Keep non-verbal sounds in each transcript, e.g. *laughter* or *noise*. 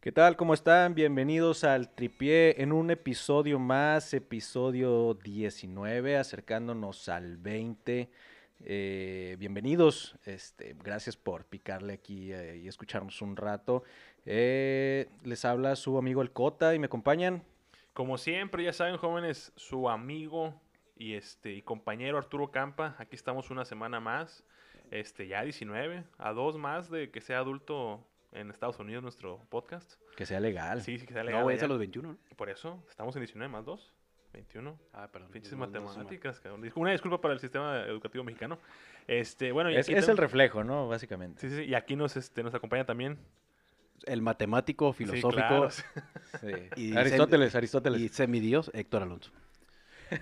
¿Qué tal? ¿Cómo están? Bienvenidos al Tripié en un episodio más, episodio 19, acercándonos al 20. Eh, bienvenidos, este, gracias por picarle aquí eh, y escucharnos un rato. Eh, les habla su amigo El Cota y me acompañan. Como siempre, ya saben, jóvenes, su amigo y este y compañero Arturo Campa, aquí estamos una semana más. Este, ya 19, a dos más de que sea adulto en Estados Unidos nuestro podcast. Que sea legal. Sí, sí, que sea legal. Eh. No, güey, es allá. a los 21, ¿no? Por eso, estamos en 19 más 2, 21. Ah, perdón. Pinches no, no sumo. matemáticas, cabrón. Dis- Una disculpa para el sistema educativo mexicano. Este, bueno, y Es, aquí es tam- el reflejo, ¿no? Básicamente. Sí, sí, sí, y aquí nos, este, nos acompaña también. El matemático, Sí, filosófico claro. *laughs* *laughs* Sí. *laughs* Y Aristóteles, y Aristóteles. semidios Héctor Alonso.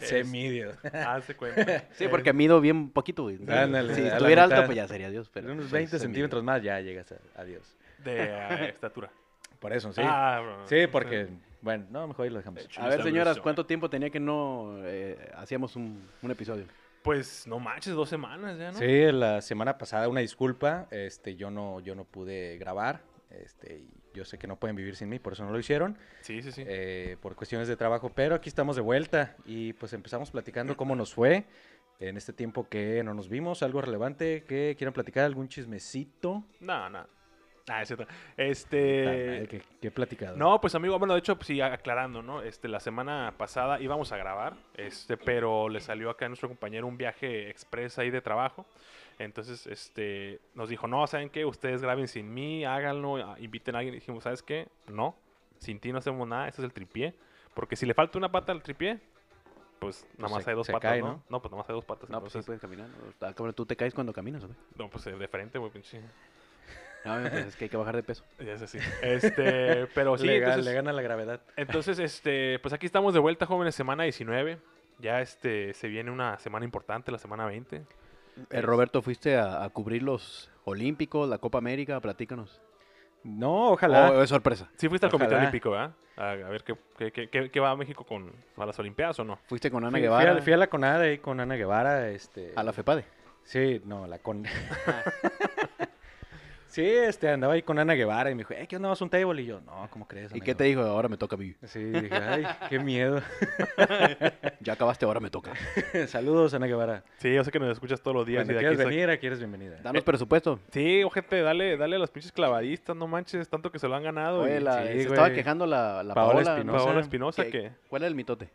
Semidio. Hazte cuenta. *laughs* Sí, porque mido bien poquito, güey. Eh, Ándale, si a la estuviera alto, mitad. pues ya sería Dios. *laughs* Pero unos soy 20 semidios. centímetros más ya llegas a, a Dios. De eh, estatura. Por eso, sí. Ah, bro. sí, porque, bueno, no, mejor ahí lo dejamos. De hecho, A ver, Chile señoras, Sabrosón. ¿cuánto tiempo tenía que no eh, hacíamos un, un episodio? Pues no manches, dos semanas ya, ¿no? Sí, la semana pasada una disculpa, este, yo no, yo no pude grabar, este, y yo sé que no pueden vivir sin mí, por eso no lo hicieron, sí, sí. sí. eh, por cuestiones de trabajo, pero aquí estamos de vuelta y pues empezamos platicando cómo nos fue en este tiempo que no nos vimos, algo relevante que quieran platicar, algún chismecito, No, no. Ah, es cierto. Tal, Este. ¿qué, qué he platicado? No, pues amigo, bueno, de hecho, pues, sí, aclarando, ¿no? Este, la semana pasada íbamos a grabar, este, pero le salió acá a nuestro compañero un viaje express ahí de trabajo. Entonces, este, nos dijo, no, ¿saben qué? Ustedes graben sin mí, háganlo, ah, inviten a alguien. Y dijimos, ¿sabes qué? No, sin ti no hacemos nada, este es el tripié. Porque si le falta una pata al tripié, pues nada Pues más se- hay dos se patas, cae, ¿no? ¿no? ¿no? pues nada más hay dos patas. No, pues sí entonces, puedes caminar. ¿no? Ah, cabrón, tú te caes cuando caminas, güey. no, pues eh, de frente, güey, pinche. No, pues, es que hay que bajar de peso. Ya es así. *laughs* Este, pero sí, le, ga- entonces- le gana la gravedad. Entonces, este, pues aquí estamos de vuelta, jóvenes, semana 19. Ya este se viene una semana importante, la semana 20. *laughs* Eh, Roberto, fuiste a, a cubrir los Olímpicos, la Copa América, platícanos. No, ojalá. O es sorpresa. Sí fuiste al Comité Ojalá. Olímpico, ¿verdad? A, a ver qué, qué- qué- qué- qué va a México con a las Olimpiadas o no. Fuiste con Fui- Ana fui, Guevara a, fui a la CONADE ahí con Ana Guevara, este... a la FEPADE. Sí, no, la *laughs* con. sí, este, andaba ahí con Ana Guevara y me dijo, eh, ¿qué onda más un table? Y yo, no, ¿cómo crees? ¿Y qué amigo?". te dijo? Ahora me toca a mí. Sí, dije, ay, qué miedo. *laughs* Ya acabaste, ahora me *laughs* toca. Saludos, Ana Guevara. Sí, yo sé que nos escuchas todos los días. Cuando y de quieras aquí sa- venir, aquí eres bienvenida. Danos presupuesto. Sí, ojete, dale, dale a los pinches clavadistas, no manches, tanto que se lo han ganado. Oye, y- la- sí, se güey. estaba quejando la, la Paola Paola, Espinosa. ¿no? Paola sea, Espinosa que- que, ¿Cuál es el mitote?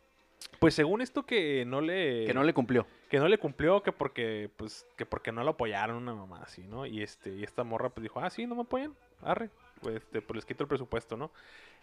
pues según esto que no le que no le cumplió. que no le cumplió, que porque, pues, que porque no lo apoyaron una mamá así, ¿no? Y este, y esta morra pues dijo, ah, sí, no me apoyan, arre, pues, este, pues les quito el presupuesto, ¿no?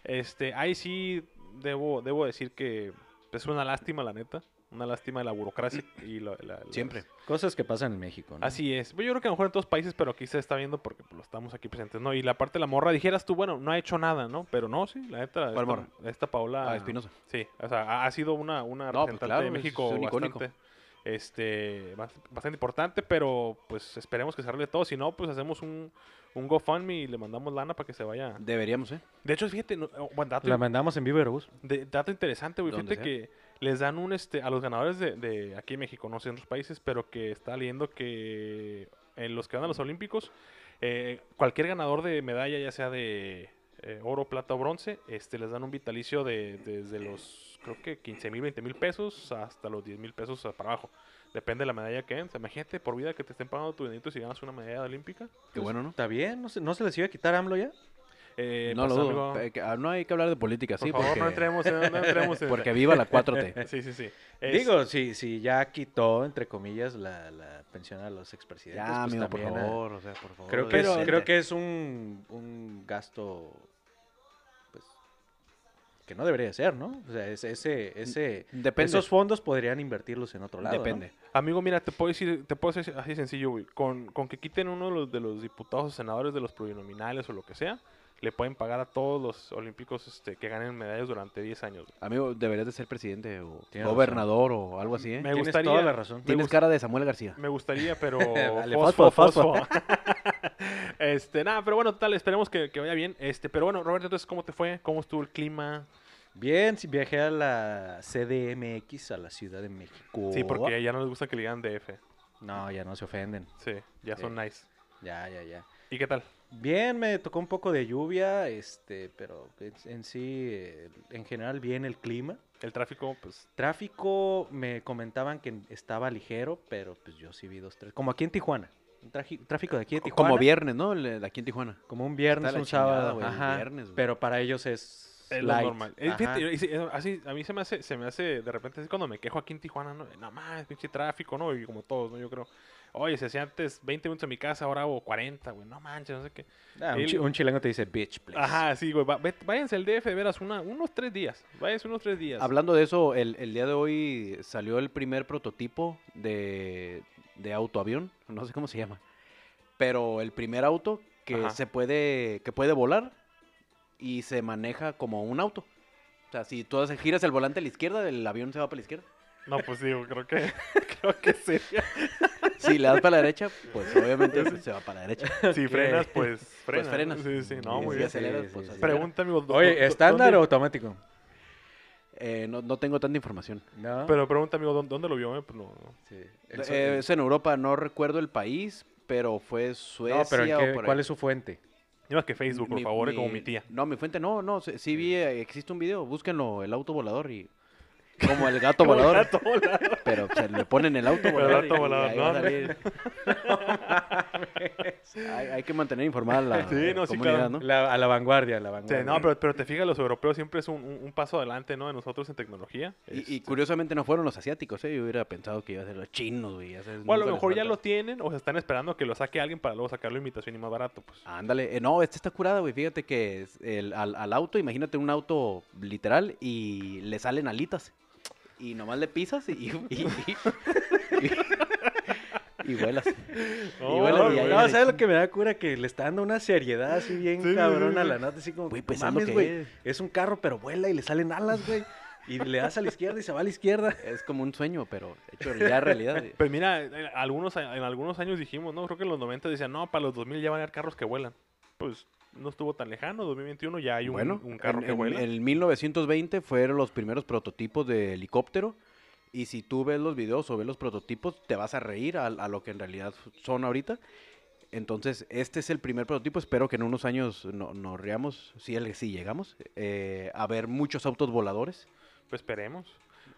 Este, ahí sí debo, debo decir que pues, es una lástima, la neta, una lástima de la *clears throat* burocracia y la- la- las- Siempre. Cosas que pasan en México, ¿no? Así es. Pues Yo creo que a lo mejor en todos países, pero aquí se está viendo porque pues, lo estamos aquí presentes, ¿no? Y la parte de la morra, dijeras tú, bueno, no ha hecho nada, ¿no? Pero no, sí, la neta. ¿Cuál esta- morra? Esta Paola. Ah, Espinosa. Sí, o sea, ha- ha sido una, una No, pues, representante claro, de es- México es un icónico. bastante, este, bas- bastante importante, pero pues esperemos que se arregle todo. Si no, pues hacemos un, un GoFundMe y le mandamos lana para que se vaya. Deberíamos, ¿eh? De hecho, fíjate, no- oh, buen dato, La mandamos en vivo Aerobús. de- dato interesante, güey. Donde Fíjate que les dan un, este, a los ganadores de, de aquí en México, no sé en otros países, pero que está leyendo que en los que van a los Olímpicos, eh, cualquier ganador de medalla, ya sea de eh, oro, plata o bronce, este, les dan un vitalicio de desde los, creo que 15 mil, 20 mil pesos hasta los 10 mil pesos para abajo. Depende de la medalla que den. O sea, imagínate por vida que te estén pagando tu dinero si ganas una medalla olímpica. Qué bueno, ¿no? Está bien, no se, no se les iba a quitar AMLO ya. Eh, no lo pues, dudo. amigo, Eh, que- ah, No hay que hablar de política, por sí, favor, porque, no entremos en... No entremos en- *laughs* porque viva la 4T. Sí, sí, sí. Digo, si, si ya quitó, entre comillas, la, la pensión a los expresidentes. ya, pues amigo, por también, ah, favor, o sea, por favor. Creo que, es, Pero- creo que es un, un gasto pues, que no debería ser, ¿no? O sea, es- ese, ese, Depende. esos fondos podrían invertirlos en otro lado. ¿no? Depende. Amigo, mira, te puedo decir, te puedo decir así sencillo, güey. Con, con que quiten uno de los, de los diputados o senadores de los plurinominales o lo que sea, le pueden pagar a todos los olímpicos este, que ganen medallas durante 10 años. güey. Amigo, deberías de ser presidente o Tienes gobernador o algo así, ¿eh? Me Tienes gustaría- toda la razón. Tienes gust- cara de Samuel García. Me gustaría, *laughs* pero. Vale, fosfo, fosfo, *laughs* fosfo. este, nada, pero bueno, tal, esperemos que, que vaya bien. Este, pero bueno, Roberto, entonces, ¿cómo te fue? ¿Cómo estuvo el clima? Bien, sí, viajé a la CDMX, a la Ciudad de México. Sí, Oh. porque ya no les gusta que le digan DF. No, ya no se ofenden. Sí, ya son Eh. nice. Ya, ya, ya. ¿Y qué tal? Bien, me tocó un poco de lluvia, este, pero en, en sí, eh, en general, bien el clima. El tráfico, pues, Tráfico, me comentaban que estaba ligero, pero pues yo sí vi dos, tres. Como aquí en Tijuana. Un traji- tráfico de aquí de Tijuana. Como viernes, ¿no? El- el- aquí en Tijuana. Como un viernes, Está la un chingada, sábado. güey, el ajá, viernes, güey. pero para ellos es. es lo light, normal. Eh, fíjate, ajá. y sí, eh, así, a mí se me hace, se me hace de repente así cuando me quejo aquí en Tijuana, ¿no? Nada más, pinche tráfico, ¿no? Y como todos, ¿no? Yo creo, oye, se hacía antes 20 minutos en mi casa, ahora hago 40, güey, no manches, no sé qué. Ah, un, el- chi- un chilango te dice, bitch, please. Ajá, sí, güey, va- vete- váyanse al DF, de veras, una, unos tres días, váyanse unos tres días. Hablando de eso, el, el día de hoy salió el primer prototipo de, de autoavión, *laughs* no sé cómo se llama, pero el primer auto que Ajá. se puede, que puede volar y se maneja como un auto. O sea, si tú haces- giras el volante a la izquierda, el avión se va para la izquierda. No, pues digo, creo que, *laughs* creo *laughs* que sería. Si le das para la derecha, pues obviamente pues, se va para la derecha. Si frenas, pues frenas. ¿no? frenas. Sí, sí, no, Sí, muy si sí, bien. sí. aceleras, pues, sí. aceleras. Pregunta, amigo. do- do- Oye, do- ¿estándar ¿dónde- o automático? Eh, no, no tengo tanta información. No. Pero pregunta, amigo, ¿dó- ¿dónde lo vio? eh? Pues no, no. Sí, el so- Eh, el- es en Europa, no recuerdo el país, pero fue Suecia no, pero ¿en o qué- por ahí. ¿cuál es su fuente? Ni más que Facebook, por Mi- favor, eh, como mi tía. No, mi fuente no, no, sí, sí vi, eh, existe un video, búsquenlo, el auto volador *laughs* y... Como el gato volador, pero se le ponen el auto Pero *laughs* el volador. gato y- y volador, ahí va a no, *laughs* salir. hay, hay que mantener informada a la Sí, no, sí, comunidad, claro. Ah, ¿no? La- a la vanguardia, a la Sí, vanguardia. no, pero, pero te fijas, los europeos siempre es un, un- un paso adelante, ¿no? De nosotros en tecnología. Y, y Este, curiosamente no fueron los asiáticos, ¿eh? Yo hubiera pensado que iba a ser los chinos, güey. ya sabes, o a lo nunca les mejor ya falta. lo tienen o se están esperando que lo saque alguien para luego sacarlo en imitación y más barato, pues. Ándale, eh, no, este está curada, güey. Fíjate que es el, al, al auto, imagínate un auto literal y le salen alitas. Y nomás le pisas y. y, y, y- y vuelas. No, igual no, Oh, No, y ahí güey. no, viene. ¿sabes lo que me da cura? Que le está dando una seriedad así bien Sí, sí, sí, cabrón a sí. la nota, así como, Güey, no pues es lo mames, que güey, es. es un carro pero vuela y le salen alas, güey, y le das a la izquierda y se va a la *laughs* izquierda. Es como un sueño, pero hecho ya realidad. güey. Pues mira, en algunos, a- en algunos años dijimos, ¿no? Creo que en los 90 decían, no, para los 2000 ya van a haber carros que vuelan. Pues no estuvo tan lejano, 2021 ya hay un, un carro en, que en- vuela. en 1920 fueron los primeros prototipos de helicóptero. Y si tú ves los videos o ves los prototipos, te vas a reír a, a lo que en realidad son ahorita. Entonces, este es el primer prototipo. Espero que en unos años no, nos riamos, si, el- si llegamos, eh, a ver muchos autos voladores. Pues esperemos.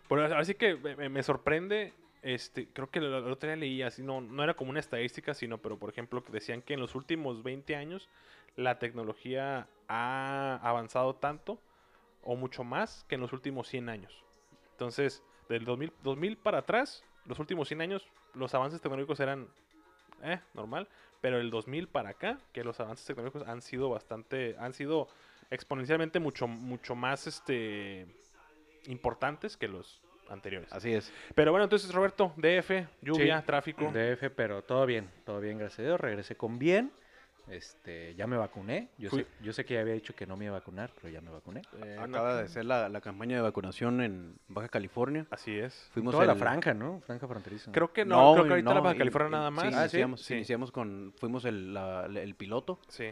Pero ahora sí que me, me- me sorprende, este, creo que el otro día leí así, no, no era como una estadística, sino, pero por ejemplo, que decían que en los últimos 20 años la tecnología ha avanzado tanto o mucho más que en los últimos 100 años. Entonces, del 2000, 2000 para atrás, los últimos 100 años, los avances tecnológicos eran, eh, normal, pero el 2000 para acá, que los avances tecnológicos han sido bastante, han sido exponencialmente mucho, mucho más, este, importantes que los anteriores. Así es. Pero bueno, entonces Roberto, DF, lluvia, Sí. tráfico. DF, pero todo bien, todo bien, gracias a Dios, regresé con bien, este, ya me vacuné, yo Fui- sé, yo sé que ya había dicho que no me iba a vacunar, pero ya me vacuné. Eh, Acaba de ser la, la campaña de vacunación en Baja California. Así es. Fuimos Toda la el- franja, ¿no? Franja fronteriza. Creo que no, creo güey, que ahorita la no, Baja in- California in- nada Sí, más. Ah, iniciamos, sí. iniciamos con, fuimos el, la- el piloto. Sí.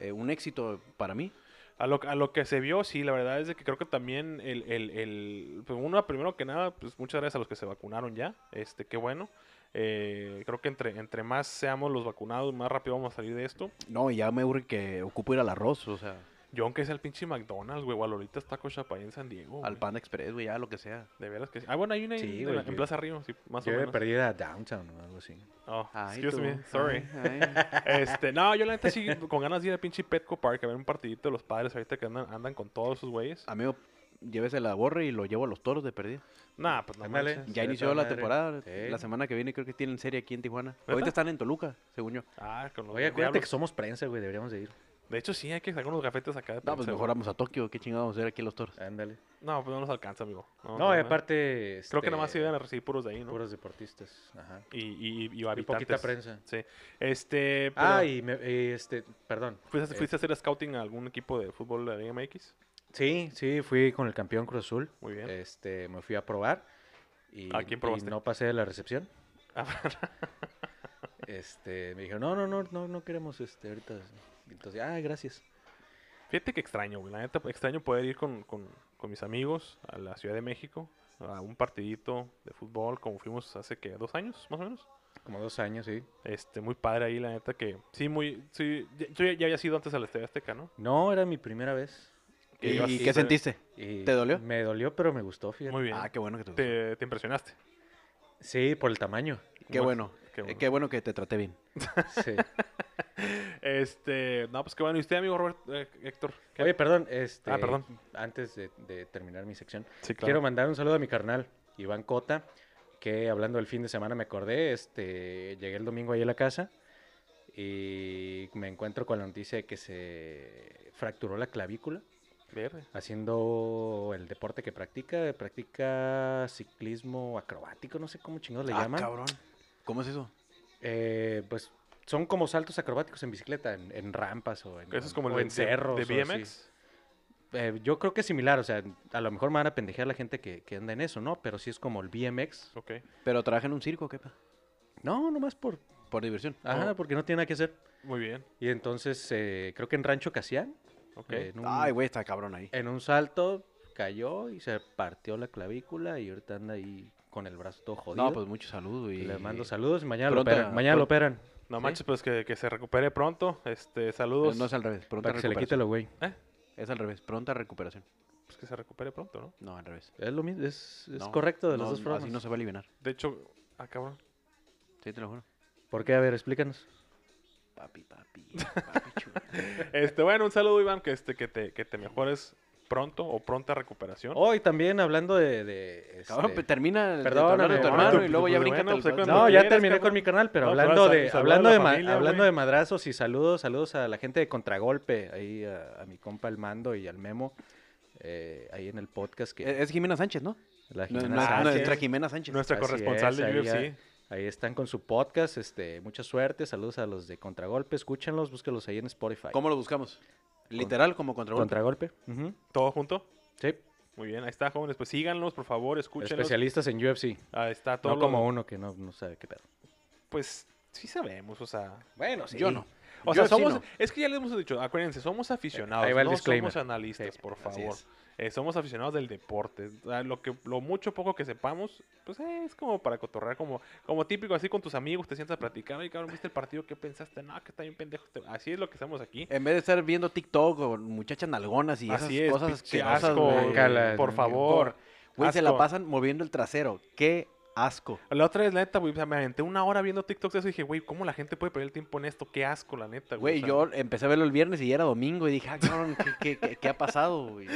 Eh, un éxito para mí. A lo, a lo que se vio, sí, la verdad es de que creo que también el, el, el- pues, uno, primero que nada, pues muchas gracias a los que se vacunaron ya, este, qué bueno. Eh, creo que entre, entre más seamos los vacunados, más rápido vamos a salir de esto. No, ya me urge que ocupo ir al arroz, o sea, Yo aunque sea el pinche McDonald's, güey, o a Lolitas Taco Chapa ahí en San Diego. al güey. Panda Express, güey, ya lo que sea. De veras que sí. Ah, bueno, hay una ahí Sí, en, güey, la- en yo- Plaza Río, sí, más o Yo menos. he perdido a Downtown o algo así. Oh, Ay, excuse tú, me, sorry. *laughs* ay, ay. Este, no, yo la neta sí, con ganas de ir al pinche Petco Park a ver un partidito de los padres ahorita que andan, andan con todos sus güeyes. Ah, Amigo, llévese la borra y lo llevo a los toros de perdida. Nah, pues no Ándale. manches. Ya Estaría inició Ah, toda la madre. temporada, Sí. la semana que viene creo que tienen serie aquí en Tijuana. ¿Neta? Ahorita están en Toluca, según yo. Ah, con los Oye, acuérdate que diablos. somos prensa, güey, deberíamos de ir. De hecho, sí, hay que sacar unos gafetes acá. de No, pues prensa, mejor güey. vamos a Tokio, qué chingados vamos a hacer aquí en los toros. Ándale. No, pues no nos alcanza, amigo. No, no, pues, y no. aparte... Creo que este, nada más iban a recibir puros de ahí, ¿no? Puros deportistas, ajá. Y, y, y, y Y habitantes. poquita prensa. Sí. Este, pero, Ah, y me- eh, este, perdón. ¿fuiste, eh, fuiste a hacer scouting a algún equipo de fútbol de la Liga MX? Sí, sí, fui con el campeón Cruz Azul. Muy *laughs* bien. Este, me fui a probar. Y, ¿A quién y probaste? no pasé de la recepción. Ah, Este, me dijeron, no, no, no, no, no queremos este ahorita. Entonces, ah, gracias. Fíjate que extraño, güey. La neta, extraño poder ir con, con, con mis amigos a la Ciudad de México a un partidito de fútbol como fuimos hace que dos años más o menos. Como dos años, sí. Este, muy padre ahí, la neta que sí, muy, sí, ya- yo ya, ya había sido antes al Estadio Azteca, ¿no? No, era mi primera vez. Que ¿Y ibas- qué sentiste? Y ¿Te dolió? Me dolió, pero me gustó, fíjate. Muy bien. Ah, qué bueno que te gustó. te, te impresionaste. Sí, por el *laughs* tamaño. Qué bueno. eh, qué Qué bueno. bueno. que te traté bien. Sí. Este, no, pues qué bueno. ¿Y usted, amigo Robert, eh, Héctor? ¿Qué- Oye, perdón, este, Ah, perdón. antes de, de terminar mi sección, Sí, claro. quiero mandar un saludo a mi carnal, Iván Cota, que hablando del fin de semana me acordé, este, llegué el domingo ahí a la casa y me encuentro con la noticia de que se fracturó la clavícula Verde. haciendo el deporte que practica, practica ciclismo acrobático, no sé cómo chingados le ah, llaman. cabrón. ¿Cómo es eso? Eh, pues son como saltos acrobáticos en bicicleta, en, en rampas o en, Eso es o como el en de, de- cerros. de o así. BMX. Eh, yo creo que es similar, o sea, a lo mejor me van a pendejear la gente que, que anda en eso, ¿no? Pero sí es como el BMX. Ok. ¿Pero trabaja en un circo? ¿Qué? pa? No, nomás por... Por diversión. Ajá, Oh. porque no tiene nada que hacer. Muy bien. Y entonces, eh, creo que en Rancho Casián, Ok. eh, en, un, Eh, Ay, güey, está cabrón ahí. en un salto, cayó y se partió la clavícula y ahorita anda ahí con el brazo todo jodido. No, pues mucho saludo y... Le mando saludos y mañana, lo Pronta- operan, mañana lo pronto. operan. no sí. manches, pues que, que se recupere pronto. Este, Eh, saludos. No es al revés. Pronta Para que se le quite recuperación. lo güey. ¿Eh? Es al revés. Pronta recuperación. Pues que se recupere pronto, ¿no? No, al revés. Es lo mismo, es, es No, correcto de no, las dos formas. Así no se va a eliminar. De hecho, ah, cabrón. Sí, te lo juro. ¿Por qué? A ver, explícanos. *laughs* Papi, papi, papi chulo. Este, bueno, un saludo, Iván, que este, que te, que te mejores pronto o pronta recuperación. Hoy Oh, también hablando de... de, Cabrón, este, pe- termina el perdóname, hablar de tu hermano, hermano y pues, luego ya pues, brinca bueno, pues, ahí No, cuando ya quieras, terminé cabrón. con mi canal, pero No, pues, hablando sal- de saluda a hablando la de ma- familia, hablando güey. de madrazos y saludos, saludos a la gente de Contragolpe, ahí a, a mi compa el Mando y al Memo eh, ahí en el podcast que Es Jimena Sánchez, ¿no? la Eh, No, Jimena no, Sánchez, Nuestra Jimena Sánchez. Nuestra Así corresponsal es, de ahí UFC. ya- ahí están con su podcast, este, mucha suerte, saludos a los de Contragolpe, escúchenlos, búsquenlos ahí en Spotify. ¿Cómo lo buscamos? Literal como contragolpe. Contragolpe. ujú, Todo junto. Sí, Muy bien, ahí está, jóvenes. Pues síganlos, por favor, escúchenlos. especialistas en UFC, Ahí está todo. no como uno que no, no sabe qué pedo. Pues sí sabemos, o sea. Bueno, Yo no. O Yo sea, sí somos. no. Es que ya les hemos dicho, acuérdense, somos aficionados. Ahí va el no disclaimer. somos analistas, Sí, por así favor. es. Eh, somos aficionados del deporte. O sea, lo que lo mucho poco que sepamos, pues eh, es como para cotorrear, como, como típico, así con tus amigos, te sientas a platicar. Oye, cabrón, ¿viste el partido? ¿Qué pensaste? No, que está bien pendejo. este- Así es lo que estamos aquí. En vez de estar viendo TikTok o muchachas nalgonas y esas así es. cosas pinche asquerosas, asco, güey. güey. Cala, por no, favor. Güey, se la asco. pasan moviendo el trasero. Qué asco. La otra vez, la neta, güey, o sea, me aventé una hora viendo TikToks de eso y dije, güey, ¿cómo la gente puede perder el tiempo en esto? Qué asco, la neta, güey. Güey, o sea, yo empecé a verlo el viernes y ya era domingo y dije, ah, cabrón, ¿qué, qué, qué- qué ha pasado, güey?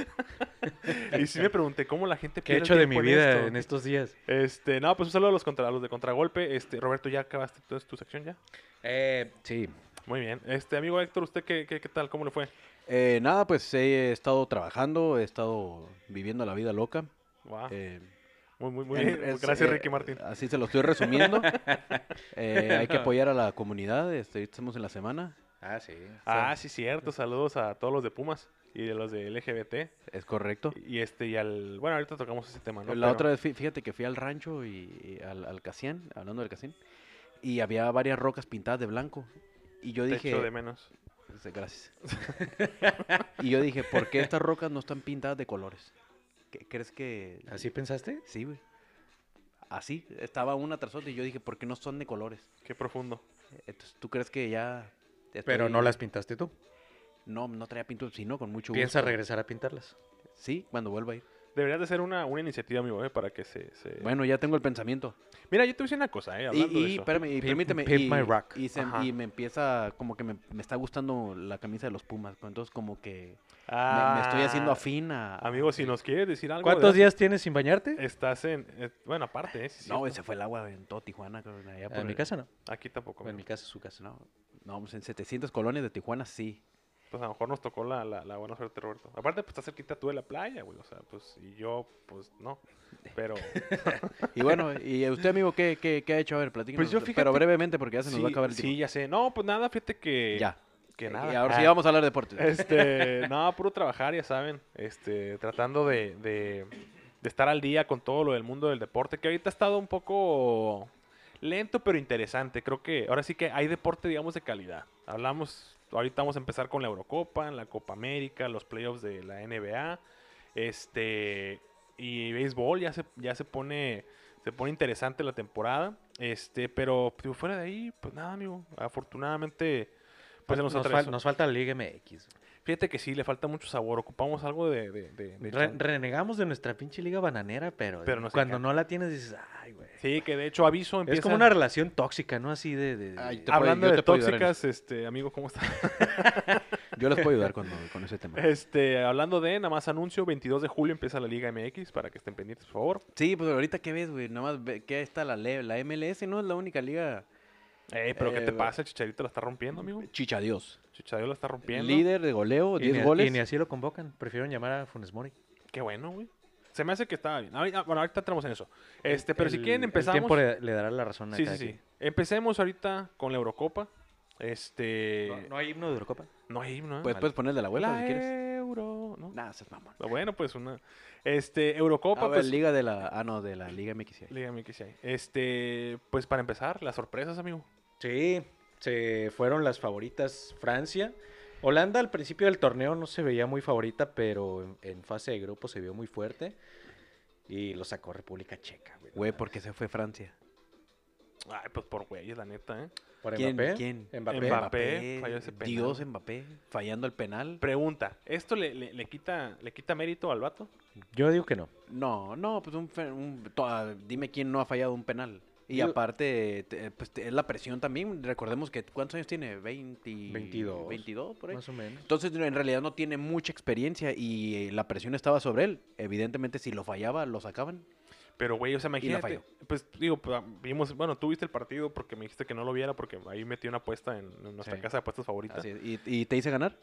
Y sí me pregunté cómo la gente ¿Qué he pierde hecho el de mi tiempo vida esto? en estos días? Este, no, pues un saludo a los, contra, a los de Contragolpe. Este, Roberto, ¿ya acabaste entonces tu sección ya? Eh, sí, Muy bien. Este, amigo Héctor, ¿usted qué, qué, qué tal? ¿Cómo le fue? *laughs* Eh, nada, pues he estado trabajando, he estado viviendo la vida loca. Guau, Eh, muy, muy, muy en- bien. es- Gracias, eh, Ricky Martín. Así se lo estoy *laughs* resumiendo. Eh, hay que apoyar a la comunidad, este, estamos en la semana, Ah, sí. Ah, sí, cierto. Saludos a todos los de Pumas y de los de LGBT. es correcto. Y este, y al. Bueno, ahorita tocamos ese tema, ¿no? la Pero- otra vez, fí- fíjate que fui al rancho y, y al, al Casián, hablando del Casián, y había varias rocas pintadas de blanco. Y yo Te dije, echo de menos. Este, *laughs* Gracias. y yo dije, ¿por qué estas rocas no están pintadas de colores? ¿Qué- ¿Crees que...? ¿Así pensaste? Sí, güey. Así, estaba una tras otra y yo dije, ¿por qué no son de colores? Qué profundo. Entonces, ¿tú crees que ya...? Pero estoy- no las pintaste tú. No, no traía pintura, sino con mucho Piensa gusto. regresar a pintarlas. Sí, cuando vuelva a ir. Deberías de ser una, una iniciativa, amigo, ¿eh? Para que se. se- Bueno, ya tengo el pensamiento. Mira, yo te voy a decir una cosa, ¿eh? Y, Hablando y de eso. espérame, y Pimp- permíteme. Pimp y, my rock. Y, se- Ajá. y me empieza, como que me, me está gustando la camisa de los Pumas. Entonces, como que me- me, estoy haciendo Ah, afín a... Amigo, si nos quieres decir algo. ¿Cuántos de- días tienes sin bañarte? Estás en. eh, bueno, aparte, ¿eh? Sí, No, cierto. güey, se fue el agua en todo Tijuana. cabrón, allá por pues, En mi el- casa no. Pues, Aquí tampoco. En amigo. mi casa es su casa. No, no, pues en 700 colonias de Tijuana sí. Pues a lo mejor nos tocó la, la, la buena suerte, Roberto. Aparte, pues está cerquita tú de la playa, güey. O sea, pues, y yo, pues no. Pero. Y bueno, *laughs* ¿y usted, amigo, qué, qué, qué ha hecho? A ver, platíquenos. Pues yo fíjate- pero brevemente, porque *laughs* ya se nos va a sí, acabar el sí, tiempo. ya sé. No, pues nada, fíjate que. ya. Que Y nada. ahora sí Ah, vamos a hablar de deportes. *laughs* Este, no, puro trabajar, ya saben. Este, tratando de, de, de estar al día con todo lo del mundo del deporte, que ahorita ha estado un poco lento, pero interesante. Creo que ahora sí que hay deporte, digamos, de calidad. Hablamos, ahorita vamos a empezar con la Eurocopa, la Copa América, los playoffs de la NBA. Este, y béisbol ya se, ya se pone se pone interesante la temporada. Este, pero digo, fuera de ahí, pues nada, amigo. Afortunadamente, pues se nos, nos, fal- atravesó. nos falta la Liga MX. Fíjate que sí, le falta mucho sabor. Ocupamos algo de. de- de- de Re- chan- renegamos de nuestra pinche liga bananera, pero, Pero nos cuando encanta. no la tienes dices, ay, güey. Sí, que de hecho aviso empieza. Es como una relación tóxica, ¿no? Así de... de- de- Ay, te- Hablando yo de puedo ayudar en tóxicas, este, amigo, ¿cómo está? *laughs* Yo les puedo ayudar *laughs* cuando, con ese tema. Este, hablando de, nada más anuncio, 22 de julio empieza la Liga MX, para que estén pendientes, por favor. Sí, pues ahorita qué ves, güey. Nada más ve que está la, le- la MLS, no es la única liga. Ey, pero ¿qué Eh, te güey. pasa? Chicharito la está rompiendo, amigo. Chicha Dios. Chicharito la está rompiendo. Líder de goleo, y ni 10 a- goles. Y ni así lo convocan. Prefiero llamar a Funes Mori. Qué bueno, güey. Se me hace que está bien. Ahorita- bueno, ahorita entramos en eso. Este, pero si El- quieren El empezamos. tiempo le, le dará la razón a Sí, sí, cada sí. quien. Empecemos ahorita con la Eurocopa. Este. ¿No, no hay himno de Eurocopa? no hay himno, ¿eh? Pues Vale. puedes ponerle la E. la abuela si quieres. Euro. ¿no? Nah, seas mamón. Ah, Bueno, pues una. Este, Eurocopa, Ah, pues. pues, liga de la. Ah, no, de la Liga MX. sí hay. Dígame que sí hay. Este, pues para empezar, las sorpresas, amigo. Sí, se fueron las favoritas Francia. Holanda al principio del torneo no se veía muy favorita, pero en, en fase de grupo se vio muy fuerte. Y lo sacó República Checa, güey. Güey, porque se fue Francia. Ay, pues por güeyes, la neta, ¿eh? ¿Por ¿Quién? Mbappé? ¿Quién? Mbappé. Mbappé. falló ese penal. Dios Mbappé, fallando el penal. Pregunta, ¿esto le, le- le quita, le quita mérito al vato? Yo digo que no. No, no, pues un, fe- un- to- ah, dime quién no ha fallado un penal. Y Yo- aparte, te- pues te- es la presión también. Recordemos que ¿cuántos años tiene? 20, 22. 22 por ahí. Más o menos. Entonces, en realidad no tiene mucha experiencia y eh, la presión estaba sobre él. Evidentemente, si lo fallaba, lo sacaban. Pero, güey, o sea, imagínate. falló. Pues digo, pues, ah, vimos, bueno, tú viste el partido porque me dijiste que no lo viera porque ahí metí una apuesta en, en nuestra Sí. casa de apuestas favorita. Así es. ¿Y, y te hice ganar?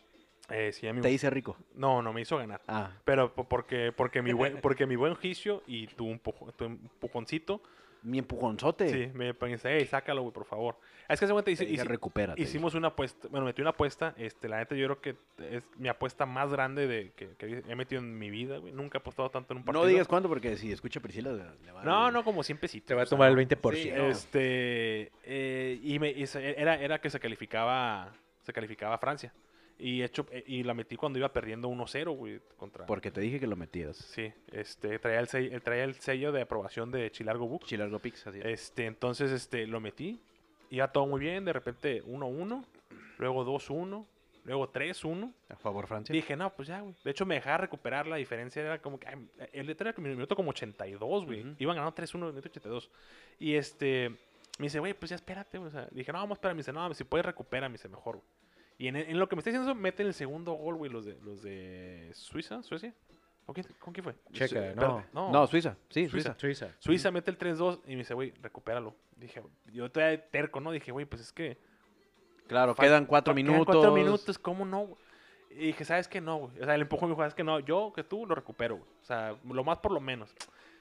Eh, sí, amigo. Te hice rico. No, no, me hizo ganar. Ah, Pero po- porque, porque mi *laughs* buen, porque mi buen juicio y tu, empujo- tu empujoncito, mi empujonzote. sí, me pensé, hey, sácalo, güey, por favor. Es que se cuenta, Te hice- dije, hice- recupérate. Hicimos una apuesta, bueno, metí una apuesta, este, la neta yo creo que es mi apuesta más grande de, que, que he metido en mi vida, güey. Nunca he apostado tanto en un partido. No digas cuándo, porque si escucha Priscila, le- le va a- No, no, como 100 pesitos. Te va a o sea, tomar el no. 20%. Sí, No. Este, eh, y me, y se- era, era que se calificaba, se calificaba a Francia. Y hecho, eh, y la metí cuando iba perdiendo 1-0, güey, contra... Porque te dije que lo metías. Sí, este, traía el, sello, traía el sello de aprobación de Chilargo Book. Chilargo Pix, así es. Este, entonces este, lo metí. Iba todo muy bien. De repente 1-1. Luego 2-1. Luego 3-1. A favor, Francia. Dije, no, pues ya, güey. De hecho, me dejaba recuperar. La diferencia era como que. ay, el letrero era como en el minuto como 82, güey. Ujú. Iban ganando 3-1 en el minuto 82. Y este. Me dice, güey, pues ya espérate, güey. O sea, dije, no, vamos, espérame. Me dice, no, si puedes recupera, me dice, mejor, güey. Y en, en lo que me está diciendo eso, meten el segundo gol, güey, los de, los de Suiza, Suecia. ¿Con quién, con quién fue? Checa, Su- no. perdón, No, Suiza. Sí, Suiza. Suiza. Suiza. Suiza mete el 3-2 y me dice, güey, recupéralo. Dije, yo todavía terco, ¿no? Dije, güey, pues es que. Claro, Fal- quedan cuatro quedan minutos. Cuatro minutos, ¿cómo no? güey? Y dije, ¿sabes qué no, güey? O sea, el empujón me dijo, ¿sabes qué no? Yo que tú lo recupero, güey. O sea, lo más por lo menos.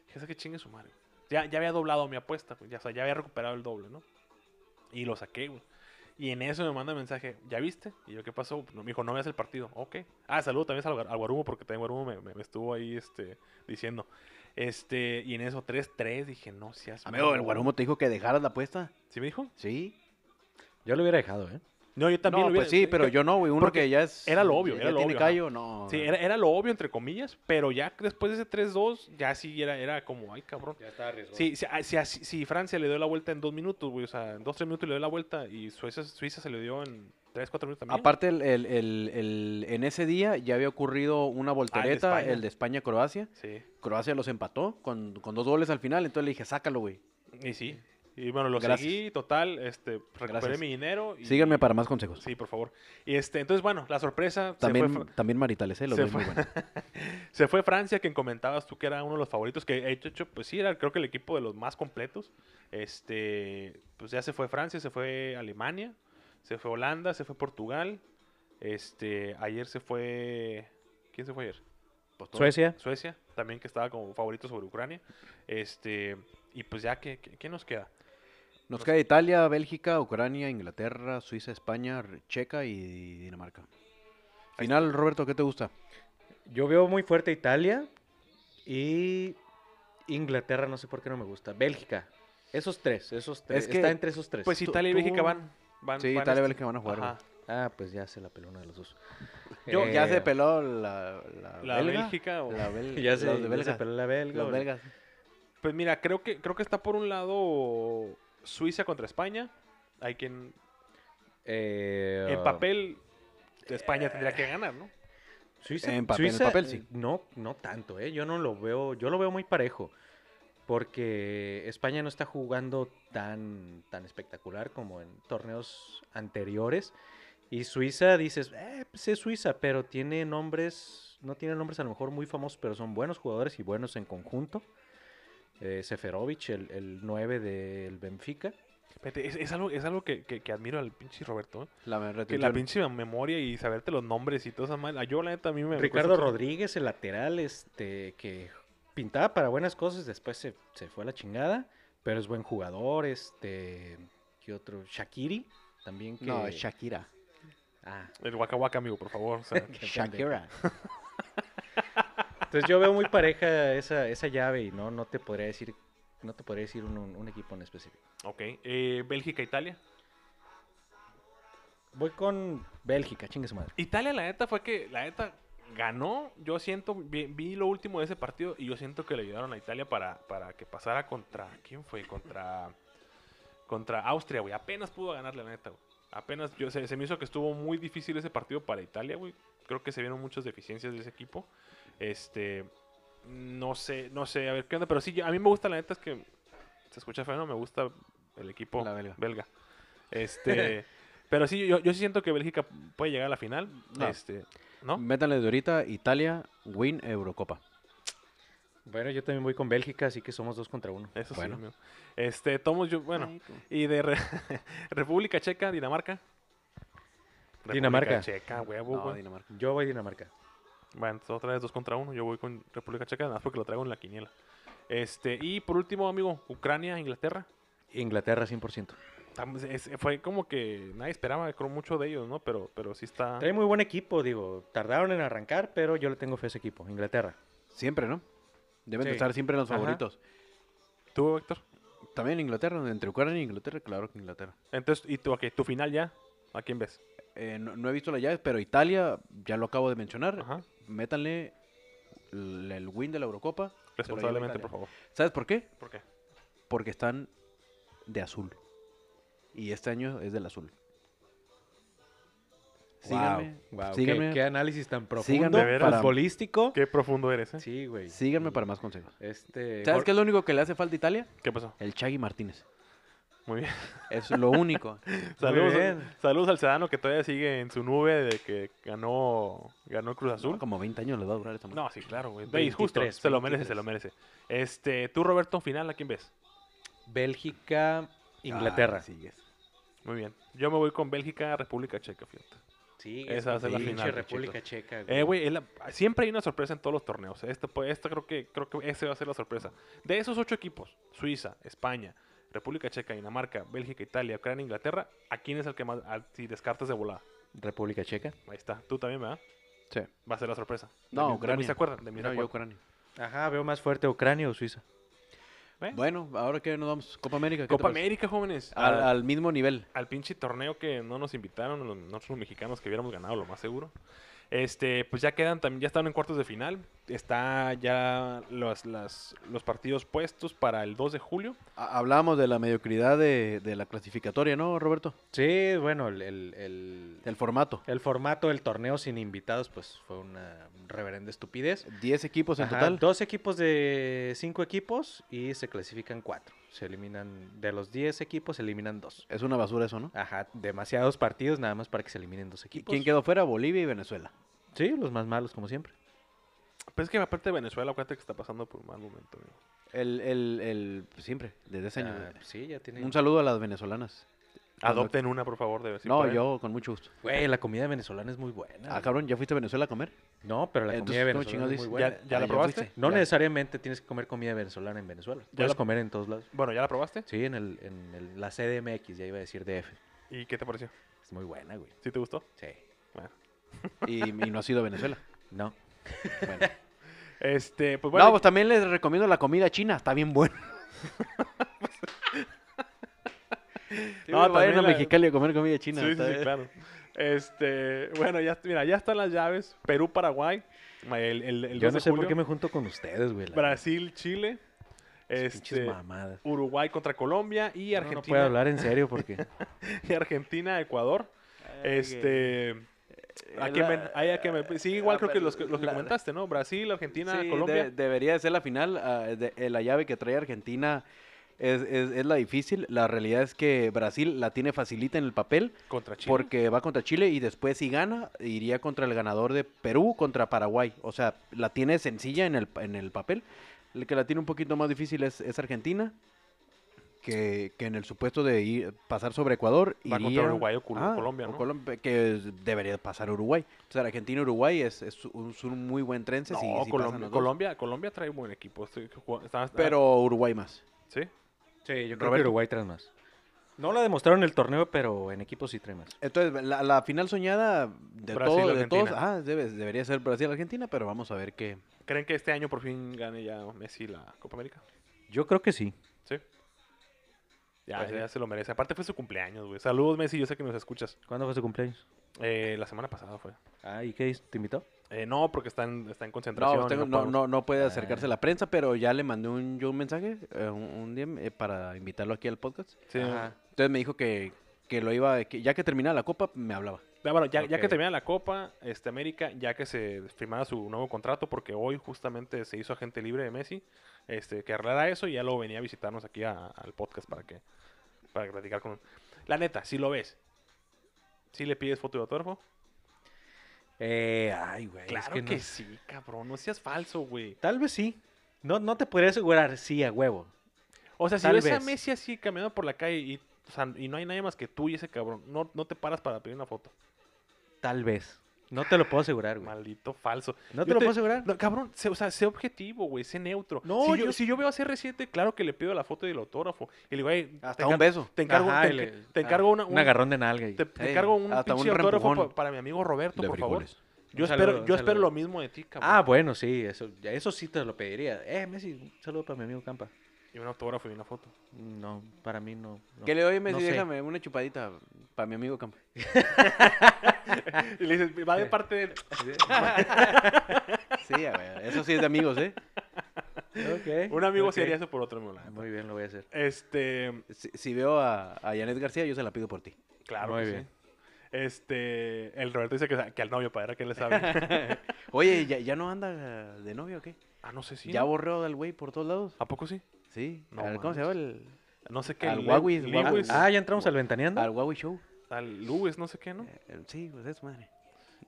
Dije, ¿sabes qué chingue su madre? Ya, ya había doblado mi apuesta, güey. Ya, o sea, ya había recuperado el doble, ¿no? Y lo saqué, güey. Y en eso me manda mensaje, ¿ya viste? Y yo, ¿qué pasó? No, me dijo, no veas el partido. Ok. Ah, saludo también al, Guar- al Guarumo, porque también Guarumo me, me- me estuvo ahí este, diciendo. Este, y en eso 3-3, dije, no seas. Amigo, el mamón". Guarumo te dijo que dejaras la apuesta. ¿Sí me dijo? Sí. Yo lo hubiera dejado, ¿eh? No, yo también no, lo pues hubiera- sí, pero yo no, güey. Uno porque que ya es. era lo obvio, ya era lo tiene obvio, callo, no. Sí, era, era lo obvio, entre comillas, pero ya después de ese 3-2, ya sí era, era como, ay, cabrón. Ya está arriesgado. Sí, si, ah, si, ah, si- si Francia le dio la vuelta en dos minutos, güey, o sea, en dos, tres minutos le dio la vuelta y Suiza, Suiza se le dio en tres, cuatro minutos también. Aparte, el, el- el- el- en ese día ya había ocurrido una voltereta, Ah, España. el de España-Croacia. Sí, Croacia los empató con, con dos goles al final, entonces le dije, sácalo, güey. y sí. Y bueno, lo Gracias. seguí, total, este, recuperé Gracias. mi dinero. Y, Síganme para más consejos. Sí, por favor. Y este, entonces, bueno, la sorpresa se también, fue Fra- también maritales, ¿eh? Los se doy muy fue- buenos. *laughs* Se fue Francia, quien comentabas tú que era uno de los favoritos, que de hecho, pues sí, era creo que el equipo de los más completos. Este, pues ya se fue Francia, se fue Alemania, se fue Holanda, se fue Portugal. Este, ayer se fue. ¿Quién se fue ayer? Pues, todo. Suecia. Suecia, también que estaba como favorito sobre Ucrania. Este, y pues ya, ¿qué, qué- quién nos queda? Nos queda Italia, Bélgica, Ucrania, Inglaterra, Suiza, España, Re- Checa y Dinamarca. Ahí Final, Roberto, ¿qué te gusta? Yo veo muy fuerte a Italia y Inglaterra, no sé por qué no me gusta. Bélgica. Esos tres, esos tres. Es que, Está entre esos tres. Pues tú- Italia y tú- Bélgica van. van Sí, van Italia y este- Bélgica van a jugar, güey. Ajá. Ah, pues ya se la peló uno de los dos. Yo, ya se Eh, peló la, la, La belga, Bélgica. o- La bel- *laughs* Ya se, los ya de se belga, peló la belga. los güey. belgas. Pues mira, creo que, creo que está por un lado Suiza contra España. Hay quien. Eh, En papel, España tendría que ganar, ¿no? Suiza, En papel, en Suiza, papel, eh, sí. No, no tanto, ¿eh? Yo no lo veo, yo lo veo muy parejo. Porque España no está jugando tan, tan espectacular como en torneos anteriores. Y Suiza, dices, eh, pues es Suiza, pero tiene nombres, no tiene nombres a lo mejor muy famosos, pero son buenos jugadores y buenos en conjunto. Eh, Seferovic, el, el 9 del Benfica. Fíjate, Es, es algo, es algo que, que- que admiro al pinche Roberto. ¿eh? La, me- Que la retención. pinche memoria y saberte los nombres y todas esas mal. Yo, la neta, a mí *laughs* me. me Ricardo cuesta- Rodríguez, el lateral, este, que pintaba para buenas cosas, después se, se fue a la chingada, pero es buen jugador, este, ¿qué otro? Shakiri, también que... No, *laughs* Shakira. Ah, El Waka Waka, amigo, por favor. *laughs* o sea. qué pendejo. Shakira. Entonces yo veo muy pareja esa, esa llave y no, no te podría decir, no te podría decir un, un- un equipo en específico. ok. eh, Bélgica, Italia. Voy con Bélgica, chingue su madre. Italia, la neta, fue que la neta ganó. Yo siento, vi, vi lo último de ese partido y yo siento que le ayudaron a Italia para, para que pasara contra. ¿Quién fue? Contra. Contra Austria, güey. Apenas pudo ganarle, la neta, güey. Apenas. Yo, se, se me hizo que estuvo muy difícil ese partido para Italia, güey. Creo que se vieron muchas deficiencias de ese equipo. Este. No sé, no sé, a ver qué onda. Pero sí, yo- a mí me gusta, la neta, es que. Se escucha feo, ¿no? Me gusta el equipo La belga. *laughs* Este. pero sí, yo, yo sí siento que Bélgica puede llegar a la final. No. Este. ¿No? Métanle de ahorita, Italia, win Eurocopa. Bueno, yo también voy con Bélgica, así que somos dos contra uno. Eso Bueno. sí, amigo. Este, tomos yo. Bueno. Y de Re- *laughs* República Checa, Dinamarca. República Dinamarca. Checa, huevo, No, güey. Dinamarca. Yo voy Dinamarca. Bueno, entonces otra vez dos contra uno. Yo voy con República Checa, nada más porque lo traigo en la quiniela. Este, y por último, amigo, Ucrania, Inglaterra. Inglaterra 100%. Tam- es- fue como que nadie esperaba creo, mucho de ellos, ¿no? Pero, pero sí está. Trae muy buen equipo, digo, tardaron en arrancar, pero yo le tengo fe a ese equipo, Inglaterra. Siempre, ¿no? Deben de Sí. estar siempre en los Ajá. favoritos. ¿Tú, Héctor? También Inglaterra, entre Ucrania e Inglaterra, claro que Inglaterra. Entonces, ¿y tú, ok, tu final ya? ¿A quién ves? Eh, no, no he visto las llaves, pero Italia, ya lo acabo de mencionar, Ajá. métanle el, el win de la Eurocopa. se lo lleva Responsablemente, Italia. por favor. ¿Sabes por qué? ¿Por qué? Porque están de azul. Y este año es del azul. Síganme, Wow, wow, síganme, Qué, qué análisis tan profundo, de veras. futbolístico. Qué profundo eres, ¿eh? Sí, güey. síganme para más consejos. Este, ¿Sabes Gor- qué es lo único que le hace falta a Italia? ¿Qué pasó? El Chagui Martínez. Muy bien. *laughs* Es lo *laughs* único. Saludos, bien. saludos al Sedano que todavía sigue en su nube de que ganó, ganó Cruz Azul. Como 20 años le va a durar esta madre. No, sí, claro, güey. Veis, justo. 23, Se lo merece, 23. se lo merece. Este, tú, Roberto, final, ¿a quién ves? Bélgica, Inglaterra. Ah, sigues. Muy bien. Yo me voy con Bélgica, República Checa, fíjate. sí, Esa va a ser la pinche final, República Checa. Eh, güey, es la- siempre hay una sorpresa en todos los torneos. Esta, pues, esta creo que creo que ese va a ser la sorpresa. De esos ocho equipos, Suiza, España, República Checa, Dinamarca, Bélgica, Italia, Ucrania, Inglaterra, ¿a quién es el que más a- si descartas de volada? República Checa. Ahí está. Tú también, ¿verdad? Sí. Va a ser la sorpresa. De No, mí- de mí Ucrania. se acuerdan, de mí se Mira, yo acuerdan. Ucrania. Ajá, veo más fuerte Ucrania o Suiza. ¿Eh? Bueno, ahora que nos vamos. Copa Ah. América. ¿qué te Copa parece? América, jóvenes. Al, Al, al mismo nivel. al pinche torneo que no nos invitaron los- nosotros los mexicanos que hubiéramos ganado, lo más seguro. Este, pues ya quedan también, ya están en cuartos de final. Está ya los, las, los partidos puestos para el 2 de julio. Ha- Hablábamos de la mediocridad de, de la clasificatoria, ¿no, Roberto? Sí, bueno, el, el, el- El formato. el formato del torneo sin invitados, pues fue una reverenda estupidez. 10 equipos en Ajá, total. Dos equipos de cinco equipos y se clasifican cuatro. Se eliminan, de los diez equipos, se eliminan dos. Es una basura eso, ¿no? Ajá, demasiados partidos nada más para que se eliminen dos ¿Qui- equipos. ¿Quién quedó fuera? Bolivia y Venezuela. Sí, los más malos, como siempre. Pues es que aparte de Venezuela, acuérdate que está pasando por un mal momento. amigo. El, el, el, pues, siempre, desde ese año. Ah, sí, ya tienen. Un saludo a las venezolanas. Cuando- Adopten una, por favor, de si no, pueden. yo con mucho gusto. Güey, la comida venezolana es muy buena. Ah, cabrón, ¿ya fuiste a Venezuela a comer? No, pero la Entonces, comida ¿cómo venezolana chingados es muy dices? buena. ¿Ya- ya la Ah, probaste? fuiste. No Ya. necesariamente tienes que comer comida venezolana en Venezuela. Puedes la- comer en todos lados. Bueno, ¿ya la probaste? Sí, en, el, en el- la CDMX, ya iba a decir DF. ¿Y qué te pareció? Es muy buena, güey. ¿Sí te gustó? Sí. Bueno. Y, y no ha *laughs* sido Venezuela. No. Bueno. Este, pues bueno. no, pues también les recomiendo la comida china. Está bien buena. sí, no, también vayan a la- Mexicali a comer comida china. Sí, sí, está- sí, claro. Este, bueno, ya, mira, ya están las llaves. Perú, Paraguay. El, el, el 2 Yo no de sé por julio. qué me junto con ustedes, güey. la Brasil, Chile. neta. Esas pinches Este, mamadas. Uruguay contra Colombia y Uno No puedo Argentina. hablar en serio porque... *laughs* y Argentina, Ecuador. Este. ¿a qué me- ahí a qué me- eh, sí, Ah, igual creo que los que, los que comentaste, ¿no? Brasil, Argentina, Sí, Colombia. de- debería de ser la final. ah, de- eh, la llave que trae Argentina es, es- es la difícil. La realidad es que Brasil la tiene facilita en el papel Contra Chile. porque va contra Chile y después si gana iría contra el ganador de Perú contra Paraguay. O sea, la tiene sencilla en el, pa- en el papel. El que la tiene un poquito más difícil es, es Argentina. Que, que en el supuesto de ir- pasar sobre Ecuador Va contra iría- Ah, Uruguay o Col- Colombia, o ¿no? Colombia, que es- debería pasar Uruguay. O sea, Argentina-Uruguay es, es un, es un muy buen trense. no, si- si pasan Colombia, los dos. Colombia, Colombia trae buen equipo. Estoy- jugando- está- está- Pero Uruguay más. Sí. Sí, yo creo que Roberto. Uruguay trae más. No la demostraron en el torneo, pero en equipo sí trae más. Entonces, la, la final soñada de, Brasil, todo, de todos, Argentina. ah, debe- debería ser Brasil-Argentina, pero vamos a ver qué. ¿Creen que este año por fin gane ya Messi la Copa América? Yo creo que sí. Sí. Ya, Pues sí. ya se lo merece. Aparte fue su cumpleaños, güey. Saludos, Messi. Yo sé que nos escuchas. ¿Cuándo fue su cumpleaños? Eh, la semana pasada fue. Ah, ¿y qué hizo? ¿Te invitó? Eh, no, porque está en, está en concentración. No, y tengo- no no, podemos- no- no puede Ah. acercarse a la prensa, pero ya le mandé un, yo un mensaje, eh, un, un DM, eh, para invitarlo aquí al podcast. Sí. Ajá. Entonces me dijo que, que lo iba, que ya que terminaba la copa, me hablaba. Ya, bueno, ya, ya que Ok. termina la Copa este, América, ya que se firmara su nuevo contrato, porque hoy justamente se hizo agente libre de Messi, este, que arreglara eso y ya lo venía a visitarnos aquí a- al podcast para que para platicar con La neta, si lo ves, si le pides foto de autógrafo, Eh, ay, güey. es claro que que, no- sí, cabrón, no seas falso, güey. Tal vez sí. No, no te podría asegurar sí a huevo. O sea, si Tal ves a vez. Messi así caminando por la calle y, o sea, y no hay nadie más que tú y ese cabrón, no, no te paras para pedir una foto. Tal vez. No te lo puedo asegurar, güey. Maldito falso. No te Yo lo te- puedo asegurar. No, cabrón, sé, o sea, sé objetivo, güey, sé neutro. No, si, yo, yo- si yo veo a CR7, claro que le pido la foto del autógrafo. Y le digo, "Ey, Hasta te un encar- beso. Te encargo, Ajá, te, y le- ah, enca- te encargo una, un un- agarrón de nalga. y- Te, te Sí, encargo un hasta pinche un autógrafo reempujón. pa- para mi amigo Roberto, De por favor. frijoles. Yo Un saludo, espero, un yo espero saludo. lo mismo de ti, cabrón. Ah, bueno, sí. Eso, ya eso sí te lo pediría. Eh, Messi, un saludo para mi amigo Campa. Y un autógrafo y una foto. No, para mí no. no. Que le doy, Messi, No sé. déjame una chupadita para mi amigo Campa. Y le dices, va de parte de... Sí, a ver, eso sí es de amigos, ¿eh? Ok, Un amigo ok. Ah, sería eso por otro, amigo, la neta. Muy bien, lo voy a hacer. Este, Si, si veo a, a Janet García, yo se la pido por ti. claro Muy que bien. sí. Este, el Roberto dice que, que al novio, para ver que le sabe. *laughs* Oye, ¿ya, ya no anda de novio o qué? ah, no sé si... ¿Ya borró al güey por todos lados? ¿A poco sí? Sí. No al- ¿Cómo se llama? El, No sé qué. Al Le- Huawei, Huawei. Lewis, Ah, ya entramos al ventaneando. al Huawei Show. al Lewis, no sé qué, ¿no? Eh, eh, sí, pues es madre.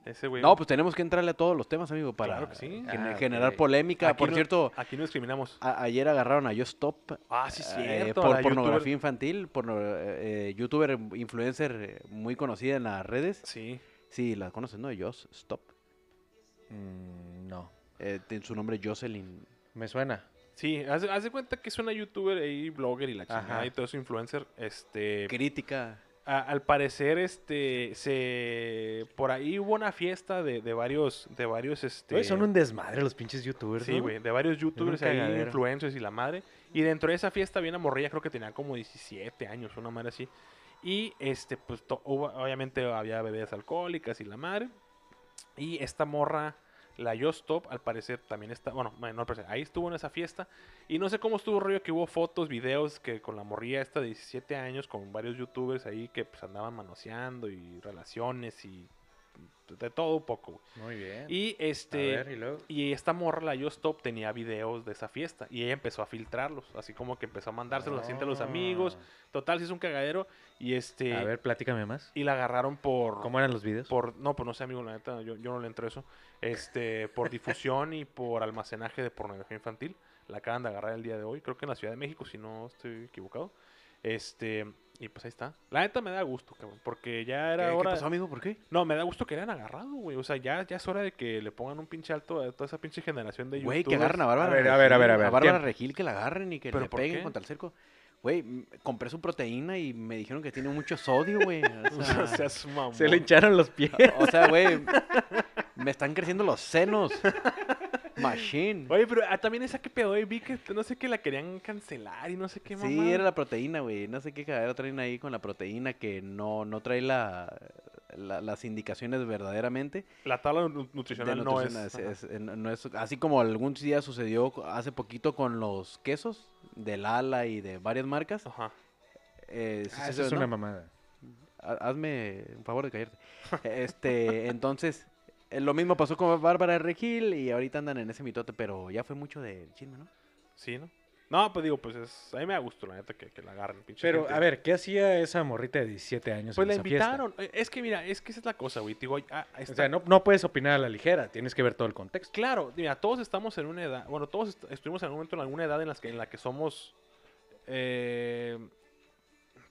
Ese güey. No, pues tenemos que entrarle a todos los temas, amigo, para Claro que sí. gen- Ah, generar ok. polémica. Aquí por no- cierto, Aquí no discriminamos. a- ayer agarraron a Yo Stop Ah, sí, eh, cierto. por la pornografía youtuber. infantil, porno- eh, youtuber, influencer eh, muy conocida en las redes. Sí. Sí, la conocen, ¿no? Just Stop. Mm, no. Eh, tiene su nombre Jocelyn. Me suena. Sí, haz, haz de cuenta que es una youtuber y blogger y la Ajá. chingada y todo eso, influencer. Este. Crítica. a- al parecer, este. Se. Por ahí hubo una fiesta de, de varios. De varios, este. Oye, son un desmadre los pinches youtubers. Sí, ¿no? güey, de varios youtubers ahí, cagadero. influencers y la madre. Y dentro de esa fiesta había una morrilla, creo que tenía como 17 años, una madre así. Y este, pues to- hubo- obviamente había bebidas alcohólicas y la madre. Y esta morra, la Yo Stop, al parecer también está, bueno, no al parecer, ahí estuvo en esa fiesta. Y no sé cómo estuvo el rollo que hubo fotos, videos que con la morrilla esta de 17 años, con varios youtubers ahí que pues andaban manoseando y relaciones y de todo un poco. güey. Muy bien. Y A este... ver, y luego. Y esta morra, la Yo Stop, tenía videos de esa fiesta. Y ella empezó a filtrarlos. Así como que empezó a mandárselos así entre los amigos. Total, si es un cagadero. Y este. Ah. A ver, platícame más. Y la agarraron por. ¿Cómo eran los videos? por no, pues no sé, amigo, la neta, yo, yo no le entro a eso. Este, por difusión y por almacenaje de pornografía infantil. La acaban de agarrar el día de hoy, creo que en la Ciudad de México, si no estoy equivocado. Este, y pues ahí está. La neta me da gusto, cabrón, porque ya ¿Qué, era qué hora. pasó, amigo? ¿Por qué? No, me da gusto que le hayan agarrado, güey. O sea, ya, ya es hora de que le pongan un pinche alto a toda esa pinche generación de Güey, que youtubers. agarren a Bárbara. A ver, a ver, a ver, a Regil, ver, Bárbara tiempo. Regil, que la agarren y que ¿Pero le por peguen qué? contra el cerco. Güey, m- compré su proteína y me dijeron que tiene mucho sodio, *laughs* güey. *laughs* O O sea, sea, es mamón. Se le hincharon los pies. Ah, o sea, güey, me están creciendo los senos. Machine. Oye, pero ah, también esa que pedo, hoy vi que no sé que la querían cancelar y no sé qué mamá. Sí, era la proteína, güey. No sé qué cagadero traen ahí con la proteína que no, no trae la, la- las indicaciones verdaderamente. La tabla nu- nutricional de no es. nutrición, ajá. es- no- no es- así como algún día sucedió co- hace poquito con los quesos de Lala y de varias marcas. Ajá. eh, sí Ah, se esa es sabe, una ¿no? mamada. Ha- Hazme un favor de callarte. Este, *laughs* entonces, eh, lo mismo pasó con Bárbara de Regil y ahorita andan en ese mitote, pero ya fue mucho de chisme, ¿no? Sí, ¿no? No, pues digo, pues es, a mí me da gusto, la neta, que, que la agarren. pinche Pero, gente. a ver, ¿qué hacía esa morrita de 17 años? Pues en la esa fiesta? invitaron. Eh, Es que mira, es que esa es la cosa, güey. Digo, ah, O está- sea, no, no puedes opinar a la ligera, tienes que ver todo el contexto. Claro, mira, todos estamos en una edad, bueno, todos est- estuvimos en algún momento en alguna edad en, las que, en la que somos, eh,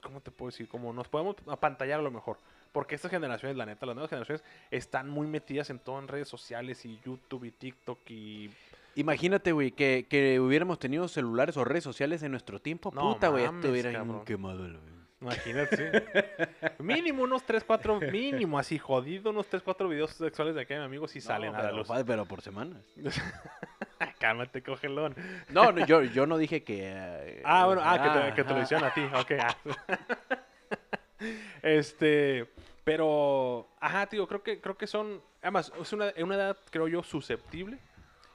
¿cómo te puedo decir? Como nos podemos apantallar a lo mejor. Porque estas generaciones, la neta, las nuevas generaciones están muy metidas en todo en redes sociales y YouTube y TikTok y... Imagínate, güey, que, que hubiéramos tenido celulares o redes sociales en nuestro tiempo. No Puta, güey, mames, estuvieran cabrón. quemado, la verga. Imagínate. *laughs* mínimo unos 3, 4, mínimo así jodido, unos 3, 4 videos sexuales de acá de mi amigo si salen No, a la pero, luz. pa- pero por semanas. *laughs* Cálmate, cogelón. No, no, yo, yo no dije que... eh, Ah, bueno, ah, que te, que te lo ajá. hicieron a ti, ok. ah. *laughs* este, pero, ajá, tío, creo que, creo que son, además, es una, una edad, creo yo, susceptible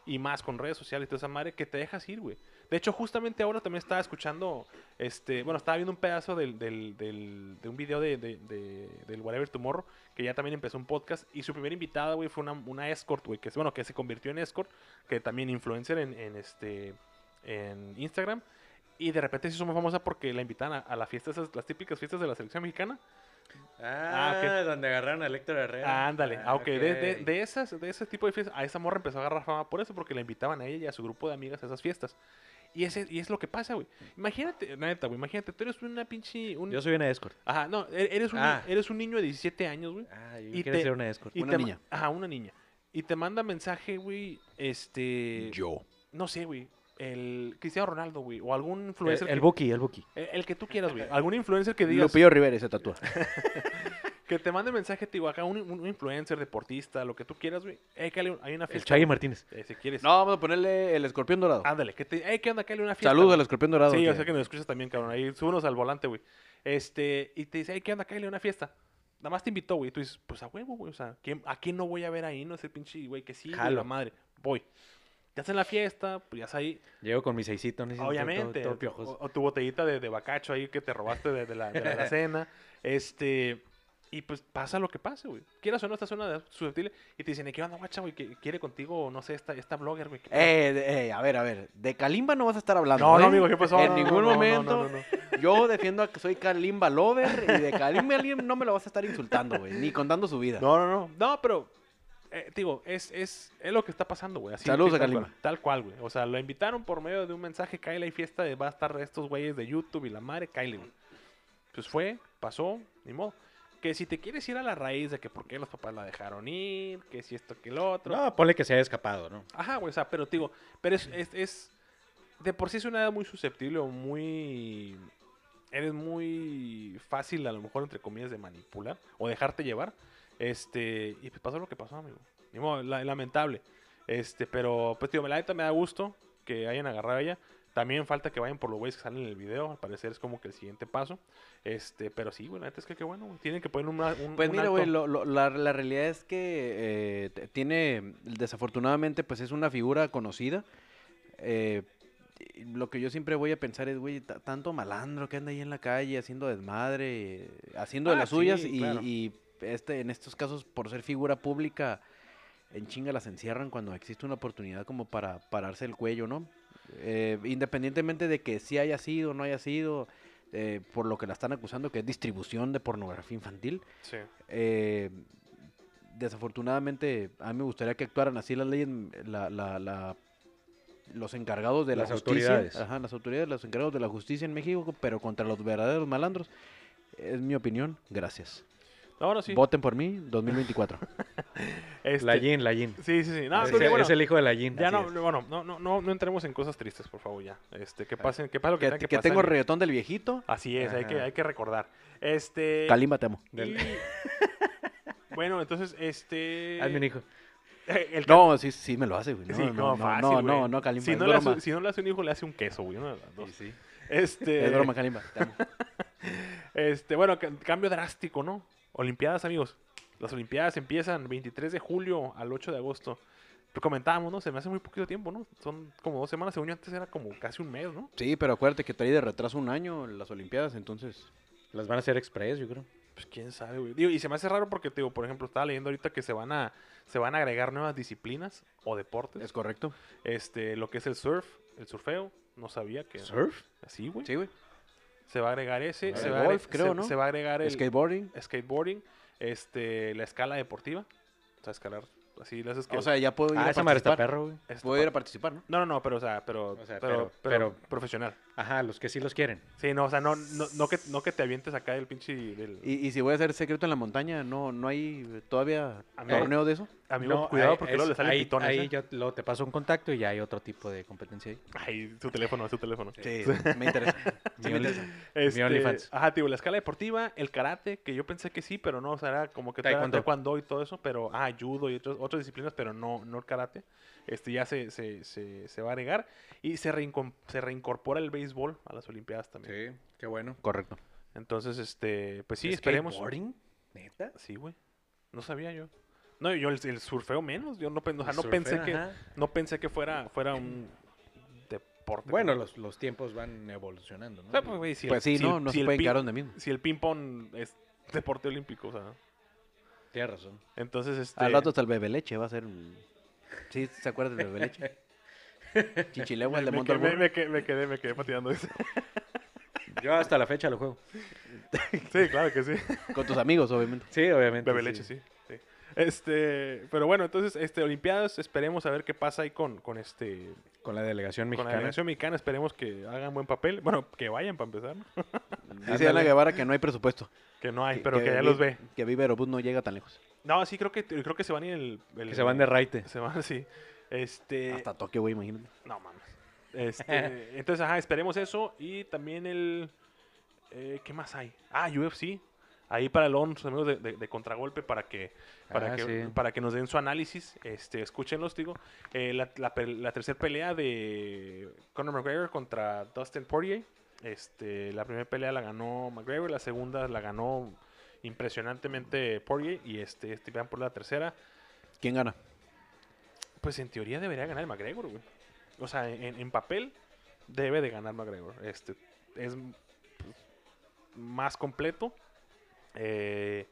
y más con redes sociales y toda esa madre que te dejas ir, güey. De hecho, justamente ahora también estaba escuchando, este, bueno, estaba viendo un pedazo del, del, del- de un video de, de- de- del Whatever Tomorrow, que ya también empezó un podcast, y su primera invitada, güey, fue una, una escort, güey, que, es- bueno, que se convirtió en escort, que también influencer en, en este, en Instagram, y de repente se hizo muy famosa porque la invitan a, a las fiestas, esas- las típicas fiestas de la selección mexicana. Ah, ok. donde agarraron a Héctor Herrera. Ah, ándale. Ah, ok. De, de- de esas, de ese tipo de fiestas, a esa morra empezó a agarrar fama por eso, porque la invitaban a ella y a su grupo de amigas a esas fiestas. Y, ese, y es lo que pasa, güey. Imagínate, neta, güey, imagínate, tú eres una pinche... Un, Yo soy una escort. Ajá, no, e- eres un, Ah. eres un niño de 17 años, güey. Ah, Y yo quiero te- ser una escort. y Una te ma- niña. Ajá, una niña. Y te manda mensaje, güey, este... Yo. No sé, güey. El Cristiano Ronaldo, güey. O algún El, influencer. el que- Buki, el Buki. el- el que tú quieras, güey. Algún influencer que digas... Lupillo Rivera y *laughs* se tatúa. Que te mande mensaje, tío, acá un, un influencer, deportista, lo que tú quieras, güey. Eh, Cali, hay una El fiesta. Chagui Martínez. eh, si quieres. No, vamos a ponerle el escorpión dorado. Ándale, que te, eh, ¿qué onda, Cali? Una fiesta. Saludos al güey. escorpión dorado. Sí, que- yo sé que nos escuchas también, cabrón. Ahí súbenos al volante, güey. Este, y te dice, eh, ¿qué onda, Cali? Una fiesta. Nada más te invitó, güey. Y tú dices, pues a huevo, güey. O sea, ¿quién- ¿a quién no voy a ver ahí? No sé, pinche, güey, que sí, güey, Jalo. la madre. Voy. Ya hacen la fiesta, pues ya está ahí. Llego con mi seisito. no sé si todo- Obviamente. Todo, todo piojos. O, o tu botellita de, de bacacho ahí que te robaste de, de la, de la *laughs* alacena. Este. Y pues pasa lo que pase, güey. Quieras o no, estás en una edad susceptible. Y te dicen, ¿qué onda, guacha, güey? Que quiere contigo, no sé, esta, esta blogger, güey. ¿Qué pedo?" Eh, de- eh, a ver, a ver. De Kalimba no vas a estar hablando. no, no, ¿eh? amigo, ¿qué pasó? En No, no, ningún no, no, momento. no, no, no. Yo defiendo a que soy Kalimba Lover y de Kalimba alguien no me lo vas a estar insultando, güey. Ni contando su vida. No, no, no. No, pero. eh, digo, es, es, es lo que está pasando, güey. Así, Saludos a tal Kalimba. cual, Tal cual, güey. O sea, lo invitaron por medio de un mensaje. Kyle, hay fiesta de va a estar estos güeyes de YouTube y la madre, Kyle, güey. Pues fue, pasó, ni modo. Que si te quieres ir a la raíz de que por qué los papás la dejaron ir, que si esto, que lo otro. No, ponle que se haya escapado, ¿no? Ajá, güey, o sea, pero te digo, pero es, es, es- de por sí es una edad muy susceptible o muy, eres muy fácil a lo mejor, entre comillas, de manipular o dejarte llevar, este, y pues pasó lo que pasó, amigo, Ni modo, la- lamentable, este, pero pues tío, la neta me da gusto que hayan agarrado a ella, también falta que vayan por los güeyes que salen en el video, al parecer es como que el siguiente paso, este, pero sí, güey, la neta es que qué bueno, güey, tienen que poner un, un Pues un mira, güey, alto. lo- lo- la, la realidad es que eh, t- tiene, desafortunadamente, pues es una figura conocida. Eh, y lo que yo siempre voy a pensar es, güey, ta- tanto malandro que anda ahí en la calle haciendo desmadre, eh, haciendo de Ah, las suyas sí, y, claro. y este, en estos casos, por ser figura pública, en chinga las encierran cuando existe una oportunidad como para pararse el cuello, ¿no? Eh, independientemente de que sí haya sido o no haya sido, eh, por lo que la están acusando que es distribución de pornografía infantil, Sí. eh, desafortunadamente, a mí me gustaría que actuaran así las leyes, la- la- la- los encargados de Las la justicia. autoridades. Ajá, las autoridades, los encargados de la justicia en México, pero contra los verdaderos malandros. Es mi opinión. Gracias. Ahora sí. Voten por mí *laughs* 2024. este, La Yin, la Yin. Sí, sí, sí. No, es, pero el, bueno. es el hijo de la Yin. Ya así no, es. no, bueno, no, no, no, no entremos en cosas tristes, por favor, ya. Este, que pasen, que pase lo que, que, tenga que, que pasar. Ah, tengo reggaetón del viejito. Así es, hay que, Ajá. hay que recordar. Este. Kalimba te amo. Del- y- *laughs* bueno, entonces, este. Hazme un Ah, *laughs* hijo. El que- No, sí, sí me lo hace, güey. No, sí, no, no, no, fácil, no, güey. no, no, Kalimba. Si es, no, le broma. hace, si no le hace un hijo, le hace un queso, güey. Una de las dos. Sí, sí. Este. es broma, Kalimba. te amo. Este, bueno, ca- cambio drástico, ¿no? Olimpiadas, amigos. Las Olimpiadas empiezan 23 de julio al 8 de agosto. Lo comentábamos, ¿no? Se me hace muy poquito tiempo, ¿no? Son como dos semanas, según yo antes era como casi un mes, ¿no? *laughs* Sí, pero acuérdate que trae de retraso un año las Olimpiadas, entonces. Las van a hacer express, yo creo. Pues quién sabe, güey. Digo, y se me hace raro porque, te digo, por ejemplo, estaba leyendo ahorita que se van a, se van a agregar nuevas disciplinas o deportes. ¿Es correcto? Este, lo que es el surf, el surfeo, no sabía que... ¿Surf? Así, güey. Sí, güey. Se va a agregar ese. El se va a golf, agre- creo, se- ¿no? Se va a agregar el Skateboarding. skateboarding, este, la escala deportiva. O sea, escalar así las escalas. O sea, ya puedo ir Ah, a esa madre está participar. perro, güey. Esta Puedo ir a parte. participar, ¿no? No, no, no, pero, o sea, pero, O sea, pero, pero- pero pero- profesional. Ajá, los que sí los quieren. Sí, no, o sea, no, no, no que, no que te avientes acá del pinche... Del... Y, y si voy a hacer secreto en la montaña, no, no hay todavía A mí- torneo de eso. Amigo, No, cuidado ahí- porque luego es- le salen ahí, pitones. Ahí ¿eh? yo luego te paso un contacto y ya hay otro tipo de competencia ahí. Ay, su teléfono, su teléfono. Sí, *laughs* *laughs* me interesa. Sí, Mi me only- interesa. Este, OnlyFans. Ajá, tío, la escala deportiva, el karate, que yo pensé que sí, pero no, o sea, era como que era Taekwondo. taekwondo y todo eso, pero, ah, judo y otros, otras disciplinas, pero no, no el karate. Este ya se, se, se, se va a agregar y se, reincom- se reincorpora el béisbol a las Olimpiadas también. Sí, qué bueno. Correcto. Entonces, este, pues sí, esperemos. ¿Skateboarding? ¿Neta? Sí, güey. No sabía yo. No, yo el, el surfeo menos, yo no, pen- o sea, El no surfeo, pensé que ajá. no pensé que fuera fuera un deporte. Bueno, como- los, los tiempos van evolucionando, ¿no? O sea, pues, güey, si el- Pues sí, si no, el- no si se el pueden pin- quedar donde mismo. si el ping pong es deporte olímpico, o sea. Tienes razón. Entonces, este. Al rato hasta el bebé leche va a ser. un- ¿Sí se acuerdan del bebé *laughs* leche? Chichilegua, el de me, Monte quedé, al me, burro. me quedé, me quedé, me quedé pateando *laughs* eso. Yo hasta la fecha lo juego. Sí, claro que sí. Con tus amigos, obviamente. Sí, obviamente. Bebe leche, sí. sí. Este, pero bueno, entonces, este, Olimpiadas, esperemos a ver qué pasa ahí con, con este, Con la delegación con la mexicana. delegación mexicana, esperemos que hagan buen papel, bueno, que vayan para empezar, ¿no? *laughs* Dice Ana Ándale. Guevara que no hay presupuesto. que no hay, pero que, ya vi- los ve. Que Viva Aerobús no llega tan lejos. No, sí creo que, creo que se van y el, el- que se van de raite. *laughs* se van, sí. Este, Hasta Tokio, güey, imagínate. No mames. *laughs* Este, entonces, ajá, esperemos eso. Y también el. eh, ¿Qué más hay? Ah, UFC. Ahí para el nuestros amigos de, de- de contragolpe, para que, para, Ah, que, sí. para que nos den su análisis. Este, escúchenlos, digo. Eh, la, la, pel- la tercera pelea de Conor McGregor contra Dustin Poirier. Este, la primera pelea la ganó McGregor, la segunda la ganó impresionantemente Poirier. Y este, este vean por la tercera. ¿Quién gana? Pues en teoría debería ganar McGregor, güey. O sea, en, en papel debe de ganar McGregor. Este es m- pues, más completo. eh,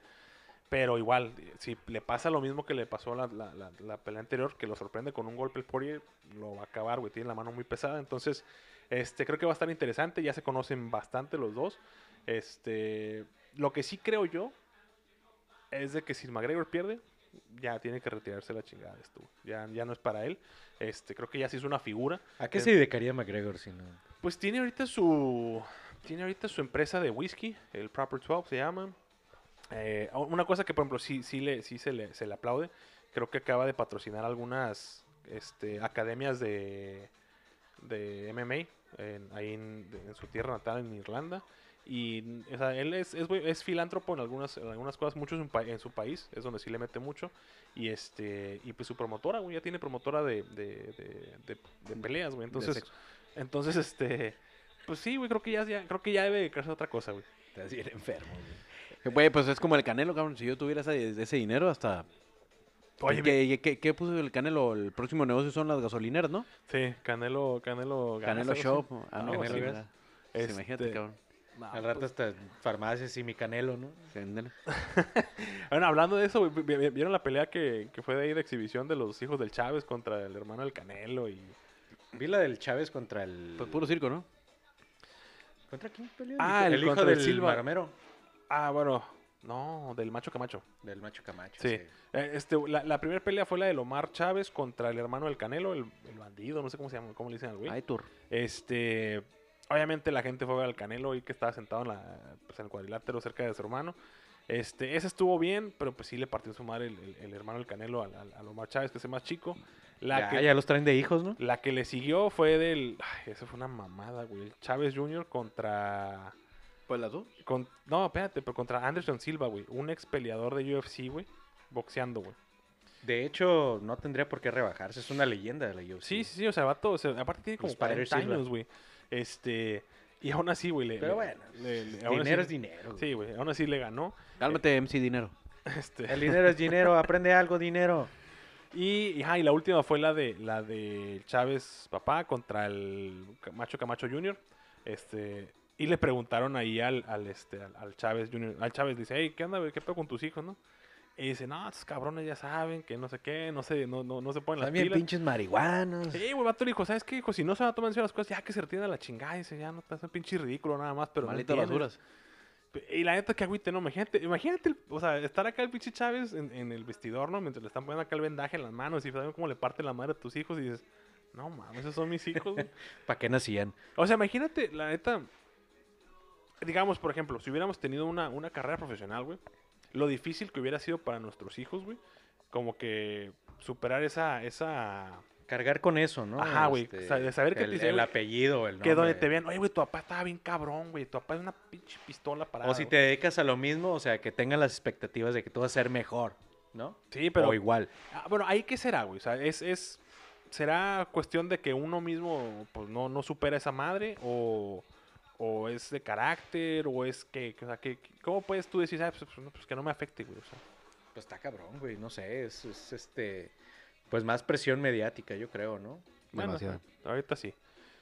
pero igual, si le pasa lo mismo que le pasó a la, la- la- la pelea anterior, que lo sorprende con un golpe el Poirier, lo va a acabar, güey. Tiene la mano muy pesada. Entonces, este creo que va a estar interesante. Ya se conocen bastante los dos. Este, lo que sí creo yo es de que si McGregor pierde, ya tiene que retirarse la chingada de esto. güey. Ya, ya no es para él. Este, creo que ya se hizo una figura. ¿A qué se dedicaría McGregor si no? Pues tiene ahorita su. Tiene ahorita su empresa de whisky, el Proper 12 se llama. Eh, a- una cosa que, por ejemplo, sí, sí, le, sí se, le, se le aplaude. Creo que acaba de patrocinar algunas este, academias de, de MMA en- ahí en, de- en su tierra natal, en Irlanda. Y o sea, él es, es, bu- es filántropo en algunas, en algunas cosas, mucho en, su pa- en su país, es donde sí le mete mucho. Y este y pues su promotora, güey, ya tiene promotora de, de, de- de- de peleas, güey. Entonces, sexo. entonces este pues sí, güey, creo que ya, ya- creo que ya debe dedicarse a otra cosa, güey. Estás bien enfermo, güey. Güey, pues es como el Canelo, cabrón. Si yo tuviera esa- ese, dinero, hasta. Oye, ¿Qué, qué- qué puso el Canelo? El próximo negocio son las gasolineras, ¿no? Sí, Canelo, Canelo Gas, Canelo algo así. Shop. Ah, no, Canelo Algo así. Gas. ¿verdad? Sí, Este- Imagínate, cabrón. No, pues- Al rato hasta farmacias y mi canelo, ¿no? Sí, ándale. Bueno, hablando de eso, güey, vi- vi- ¿vieron la pelea que, que fue de ahí de exhibición de los hijos del Chávez contra el hermano del Canelo? y Vi la del Chávez contra el... Pues puro circo, ¿no? ¿Contra quién peleó? Ah, el hijo contra el del Silva. Maromero. Ah, bueno, no, del Macho Camacho. Del Macho Camacho. Sí. Eh, Este, la, la primera pelea fue la del Omar Chávez contra el hermano del Canelo, el, el bandido, no sé cómo se llama, cómo le dicen al güey. Ay, tour. Este, obviamente la gente fue a ver al Canelo y que estaba sentado en, la, pues, en el cuadrilátero cerca de su hermano. Este, ese estuvo bien, pero pues sí le partió su madre el, el- el hermano del Canelo al, al- al Omar Chávez, que es el más chico. La ya, que, ya los traen de hijos, ¿no? La que le siguió fue del. Ay, eso fue una mamada, güey. El Chávez Jr. contra. Pues las dos. con- no, espérate, pero contra Anderson Silva, güey. Un ex peleador de UFC, güey. Boxeando, güey. De hecho, no tendría por qué rebajarse. Es una leyenda de la UFC. Sí, sí, sí, o sea, va todo. aparte tiene como Los padres Pues 40 Silva. años, güey. Este. Y aún así, güey. le- Pero le- bueno, le- le- aún así- Dinero es dinero. güey. Sí, güey. Aún así le ganó. *laughs* Cálmate, MC Dinero. Este, El dinero es dinero, aprende algo, dinero. y, y, ajá, y la última fue la de la de Chávez papá contra el Macho Camacho Jr. Este, y le preguntaron ahí al, al, este, al, al Chávez Jr. Al Chávez dice, hey, ¿qué onda? güey? ¿Qué pedo con tus hijos, no? Y dice, no, estos cabrones ya saben que no sé qué, no se, no, no, no se ponen las También pilas. pinches marihuanos. Sí, güey, vato le dijo, ¿sabes qué? hijo? si no se van a tomar en serio las cosas, ya que se retiren a la chingada. Dice, ya no te hacen pinche ridículo nada más, pero no Maldita entiendes". basuras. Y la neta que agüite, ¿no? Imagínate, imagínate, el- o sea, estar acá el pinche Chávez en, en el vestidor, ¿no? Mientras le están poniendo acá el vendaje en las manos y saben cómo le parte la madre a tus hijos y dices, no mames, esos son mis hijos, *laughs* güey". ¿Para qué nacían? O sea, imagínate, la neta, digamos, por ejemplo, si hubiéramos tenido una, una carrera profesional, güey, lo difícil que hubiera sido para nuestros hijos, güey, como que superar esa, esa, Cargar con eso, ¿no? Este, Ajá, güey, o sea, de saber que el, te dice, el güey, apellido, el que donde nombre. te vean, oye, güey, tu papá estaba bien cabrón, güey, tu papá es una pinche pistola para... O si te dedicas a lo mismo, o sea, que tengan las expectativas de que tú vas a ser mejor, ¿no? Sí, pero... o igual. Ah, bueno, ahí qué será, güey. O sea, es, es. ¿Será cuestión de que uno mismo pues no, no supera esa madre? O, o es de carácter, o es que, que- o sea, que, que- ¿cómo puedes tú decir, "Ah, pues, pues, no, pues, que no me afecte, güey? O sea, Pues está cabrón, güey, no sé, es, es, este, pues más presión mediática, yo creo, ¿no? bueno, pues, Demasiado. ahorita sí.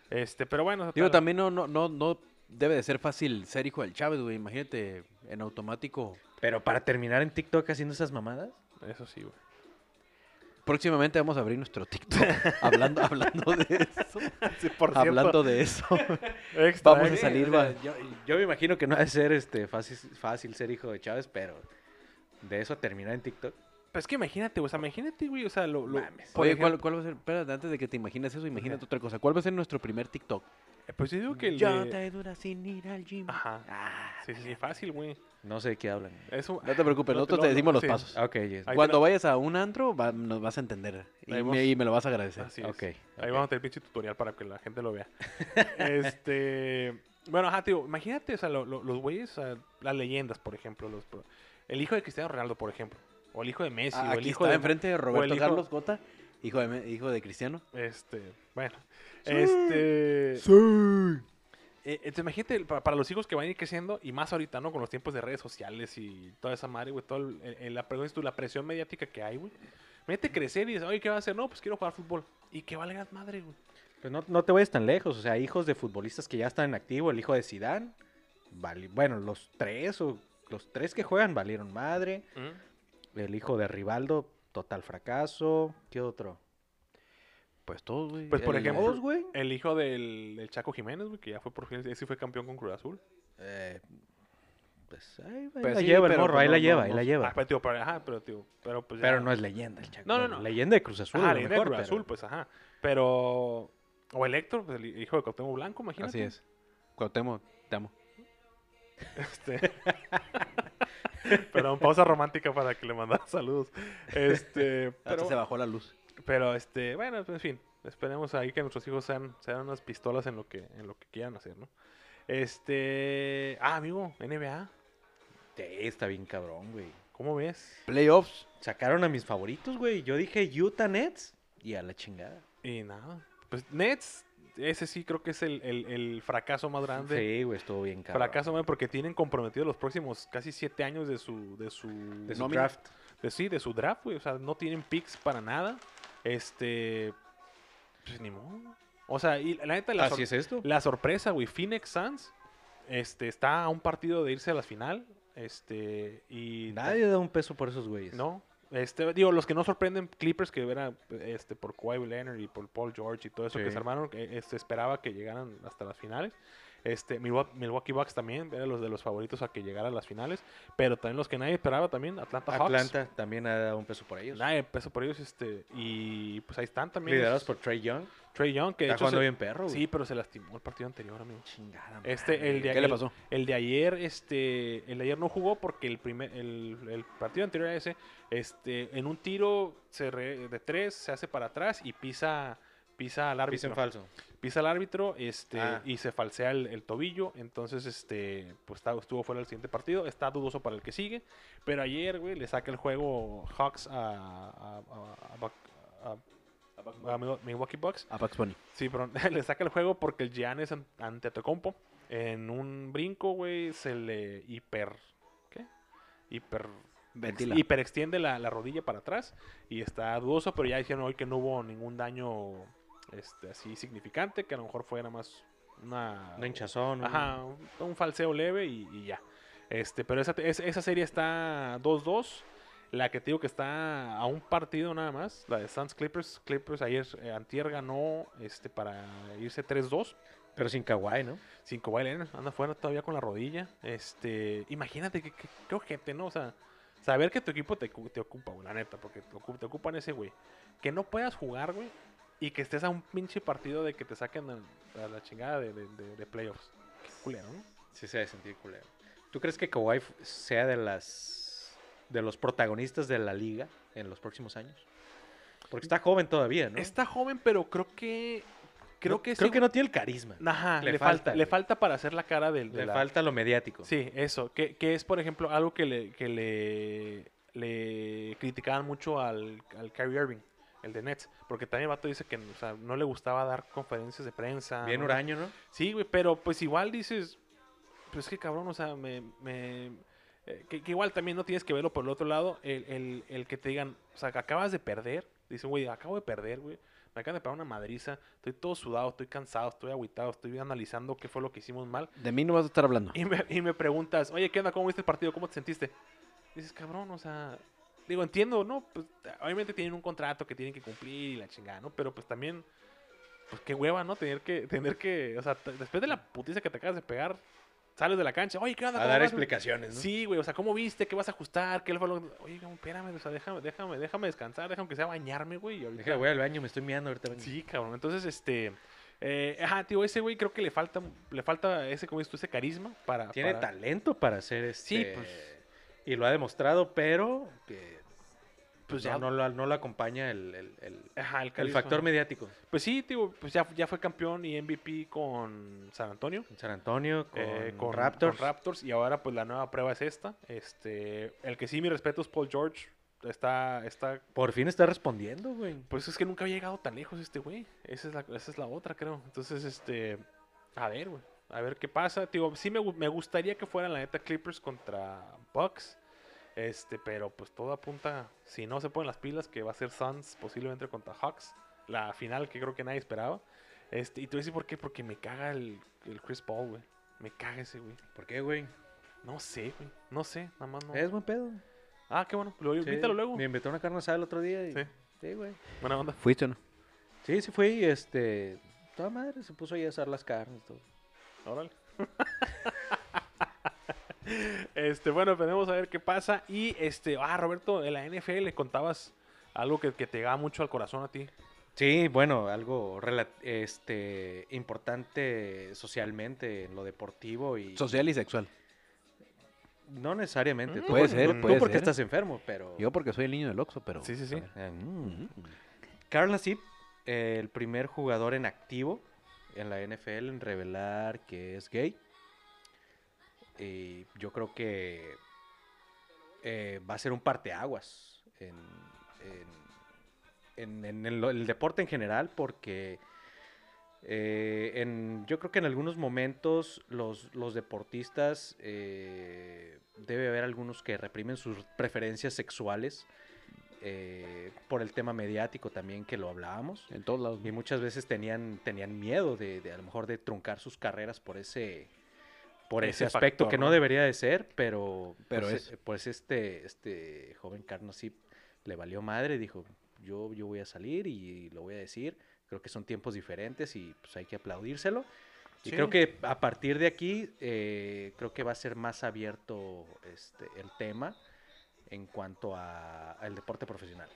Este, pero bueno, Digo, total, también no, no, no, no debe de ser fácil ser hijo del Chávez, güey. Imagínate, en automático. Pero para terminar en TikTok haciendo esas mamadas. Eso sí, güey. *laughs* Próximamente vamos a abrir nuestro TikTok *laughs* hablando, hablando de eso. por hablando *laughs* de eso. cierto, vamos a Sí, salir, o sea, va. yo, yo me imagino que no ha de ser este, fácil, fácil ser hijo de Chávez, pero de eso a terminar en TikTok. Pues que imagínate, güey. O sea, imagínate, güey. O sea, lo. lo Mames. por Oye, ejemplo- ¿cuál, cuál va a ser? Espérate, antes de que te imagines eso, imagínate otra cosa. ¿Cuál va a ser nuestro primer TikTok? eh, Pues yo digo que el. Yo de- te dura sin ir al gym. Ajá. Ah, Sí, sí, sí, fácil, güey. No sé de qué hablan. Eso- No te preocupes, nosotros te lo- decimos los sí. pasos. Ok, yes. Ahí Cuando te vayas a un antro, va- nos vas a entender. Y Ahí me, vamos. y me lo vas a agradecer. Así es. Ok. Ahí ok. vamos a tener pinche tutorial para que la gente lo vea. *laughs* este. Bueno, ajá, tío, imagínate, o sea, lo- lo- los güeyes, o sea, las leyendas, por ejemplo. Los, pro- el hijo de Cristiano Ronaldo, por ejemplo. O el hijo de Messi. Ah, o el aquí hijo está de. enfrente de Roberto hijo- Carlos Gota, hijo de, me- hijo de Cristiano. Este. Bueno. Sí. Este. Sí. eh, entonces, imagínate, pa- para, los hijos que van a ir creciendo, y más ahorita, ¿no? Con los tiempos de redes sociales y toda esa madre, güey, toda la, pre- tú, la presión mediática que hay, güey. Imagínate crecer y dices, oye, ¿qué vas a hacer? No, pues quiero jugar fútbol. Y que valgas madre, güey. Pues no, no te vayas tan lejos, o sea, hijos de futbolistas que ya están en activo, el hijo de Sidán, bueno, los tres o los tres que juegan valieron madre, el hijo de Rivaldo, total fracaso, ¿qué otro? Pues todos, güey. Pues, por El- ejemplo- ¿Dos, güey? El hijo del, del Chaco Jiménez, güey, que ya fue por fin, ese fue campeón con Cruz Azul. Eh, pues ahí, ahí Pues la sí, lleva el pero morro, pues ahí no- la no- lleva, ahí no- la lleva. Ah, pero, tío, pero, ajá, pero, tío, pero pues ya- pero no es leyenda el Chaco. No, no, bueno, no. Leyenda de Cruz Azul, Ajá, a lo leyenda de mejor, Cruz pero- Azul, pues ajá. Pero, o el Héctor, pues, el hijo de Cuauhtémoc Blanco, imagínate. Así es. Cuauhtémoc, te amo. *laughs* Este... *laughs* Perdón, pausa romántica para que le mandara *laughs* saludos. *laughs* Este, Ah, Hasta se pero, bajó la luz. pero, este, bueno, pues, en fin, esperemos ahí que nuestros hijos sean, sean unas pistolas en lo que, en lo que quieran hacer, ¿no? Este, ah, amigo, NBA, Sí, está bien cabrón, güey. ¿cómo ves? Playoffs. Sacaron a mis favoritos, güey. Yo dije Utah Nets y a la chingada. Y nada. Pues Nets, ese sí creo que es el, el- el fracaso más grande. Sí, güey, estuvo bien cabrón. Fracaso más porque tienen comprometido los próximos casi siete años de su, de su, de su nómina. draft. de- sí, de su draft, güey. O sea, no tienen picks para nada. Este. Pues ni modo. O sea, y la neta, la, sor- Así es esto. la sorpresa, güey. Phoenix Suns este, está a un partido de irse a la final. Este. Y. Nadie da un peso por esos güeyes. No. Este, digo, los que no sorprenden Clippers que era este por Kawhi Leonard y por Paul George y todo eso que Sí. se armaron, que, este, esperaba que llegaran hasta las finales. Este, Milwa- Milwaukee Bucks también eran los de los favoritos a que llegara a las finales, pero también los que nadie esperaba también, Atlanta Hawks. Atlanta también ha dado un peso por ellos. Nadie empezó por ellos este y pues ahí están también Liderados los- por Trey Young. Trey Young que de Está hecho jugando se- bien perro, güey. sí, pero se lastimó el partido anterior, amigo. Chingada madre. Este, el de ¿Qué le aquel- pasó? el de ayer, este, el de ayer no jugó porque el primer, el, el partido anterior a ese, este, en un tiro se re- de tres se hace para atrás y pisa, pisa al Piso en árbitro, falso. pisa al árbitro, este, Ah. y se falsea el, el tobillo, entonces, este, pues está- estuvo fuera del siguiente partido, está dudoso para el que sigue, pero ayer, güey, le saca el juego Hawks a, a- a- a Buck- a- a Mil- Milwaukee Bucks. Apax Bunny. Sí, pero *laughs* le saca el juego porque el Giannis an- ante Tocompo en un brinco, güey, se le hiper. ¿Qué? Hiper. Ventila. hiperextiende la, la rodilla para atrás y está dudoso, pero ya dijeron hoy que no hubo ningún daño este, así significante, que a lo mejor fue nada más una, Una hinchazón. un- Ah, Ajá, un, un falseo leve y, y ya. Este, pero esa, es- esa serie está 2-2. La que te digo que está a un partido nada más, la de Suns Clippers. Clippers ayer, eh, antier ganó este, para irse 3-2. Pero sin Kawhi, ¿no? Sin Kawhi Leonard, anda fuera todavía con la rodilla. Este, imagínate que, que, qué ojete, ¿no? O sea, saber que tu equipo te, cu- te ocupa, güey, la neta, porque te, ocu- te ocupan ese güey. Que no puedas jugar, güey, y que estés a un pinche partido de que te saquen a, a la chingada de, de- de- de playoffs. Qué culero, ¿no? Sí se ha de sentir culero. ¿Tú crees que Kawhi f- sea de las de los protagonistas de la liga en los próximos años? Porque está joven todavía, ¿no? Está joven, pero creo que. Creo que creo sí, que no tiene el carisma. Ajá, le le, falta, falta. güey. le falta para hacer la cara del. de Le la- falta lo mediático. Sí, eso. Que, que es, por ejemplo, algo que le, que le, le criticaban mucho al, al Kyrie Irving, el de Nets. Porque también el vato dice que o sea, no le gustaba dar conferencias de prensa. Ah, Bien Ah, ¿no? huraño, ¿no? Sí, güey, pero pues igual dices, pues es que cabrón, o sea, me... me- eh, que, que igual también no tienes que verlo por el otro lado, el, el- el que te digan, o sea, que acabas de perder, dicen, güey, acabo de perder, güey, me acaban de pegar una madriza, estoy todo sudado, estoy cansado, estoy agüitado, estoy analizando qué fue lo que hicimos mal, De mí no vas a estar hablando. y me, y me preguntas, oye, ¿qué onda? ¿Cómo viste el partido? ¿Cómo te sentiste? Dices, cabrón, o sea, digo, entiendo, ¿no? Pues, obviamente tienen un contrato que tienen que cumplir y la chingada, ¿no? Pero pues también, pues qué hueva, ¿no? Tener que, tener que, o sea, t- después de la putiza que te acabas de pegar, sales de la cancha, oye, ¿qué onda? A ¿Cómo dar vas?" explicaciones, ¿no? Sí, güey, o sea, ¿cómo viste? ¿Qué vas a ajustar? ¿Qué le fue lo... Oye, cabrón, espérame, o sea, déjame, déjame, déjame descansar, déjame que sea bañarme, güey. y ahorita- Deja, voy al baño, me estoy mirando ahorita. vengo. Sí, cabrón. Entonces, este. eh, ajá, tío, ese güey creo que le falta, le falta ese, como dices tú, ese carisma para. Tiene para- talento para hacer este. Sí, pues. Y lo ha demostrado, pero que Pues no, ya. no lo, no lo acompaña el, el- el- el Ajá, el, factor carisma. mediático. Pues sí, tío, pues ya, ya fue campeón y MVP con San Antonio. Con San Antonio, con, eh, con Raptors. con Raptors. Y ahora, pues la nueva prueba es esta. Este. El que sí, mi respeto es Paul George. Está. está Por fin está respondiendo, güey. pues es que nunca había llegado tan lejos este güey. Esa es la, esa es la otra, creo. Entonces, este. A ver, güey. A ver qué pasa. Tío, sí me, gu- me gustaría que fueran la neta Clippers contra Bucks. Este, pero pues todo apunta. Si no se ponen las pilas, que va a ser Suns posiblemente contra Hawks. La final que creo que nadie esperaba. Este, y tú dices por qué, porque me caga el, el Chris Paul, güey. Me caga ese güey. ¿Por qué, güey? No sé, güey. No sé, nada más no. Es buen pedo. Ah, qué bueno. Lo, Sí, invítalo luego. Me invitó a una carne asada el otro día. Y... Sí. Sí, güey. Buena onda. ¿Fuiste o no? Sí, sí fui. y, Este, toda madre, se puso ahí a asar las carnes. y Todo. Órale. *laughs* este, bueno, tenemos a ver qué pasa. Y este, ah, Roberto, de la NFL contabas algo que, que te llegaba mucho al corazón a ti. Sí, bueno, algo rela- este, importante socialmente en lo deportivo y Social y sexual. no necesariamente. Mm. Tú, Puede bueno, ser, tú- puede tú porque ser. estás enfermo, pero Yo porque soy el niño del Oxxo, pero... Sí, sí, sí. a ver. Eh, mm. Carl Nassib, eh, el primer jugador en activo en la NFL en revelar que es gay. Y yo creo que eh, va a ser un parteaguas en, en- en- en el, el deporte en general porque eh, en- yo creo que en algunos momentos los, los deportistas eh, debe haber algunos que reprimen sus preferencias sexuales eh, por el tema mediático también que lo hablábamos. En todos lados. Y muchas veces tenían, tenían miedo de, de a lo mejor de truncar sus carreras por ese por ese, Ese aspecto factor, que no ¿no? debería de ser, pero, Pero pues, es. eh, pues este, este joven Carnosip le valió madre, dijo yo, yo voy a salir y lo voy a decir, creo que son tiempos diferentes y pues hay que aplaudírselo. Y Sí. creo que a partir de aquí, eh, creo que va a ser más abierto este, el tema en cuanto a- al deporte profesional.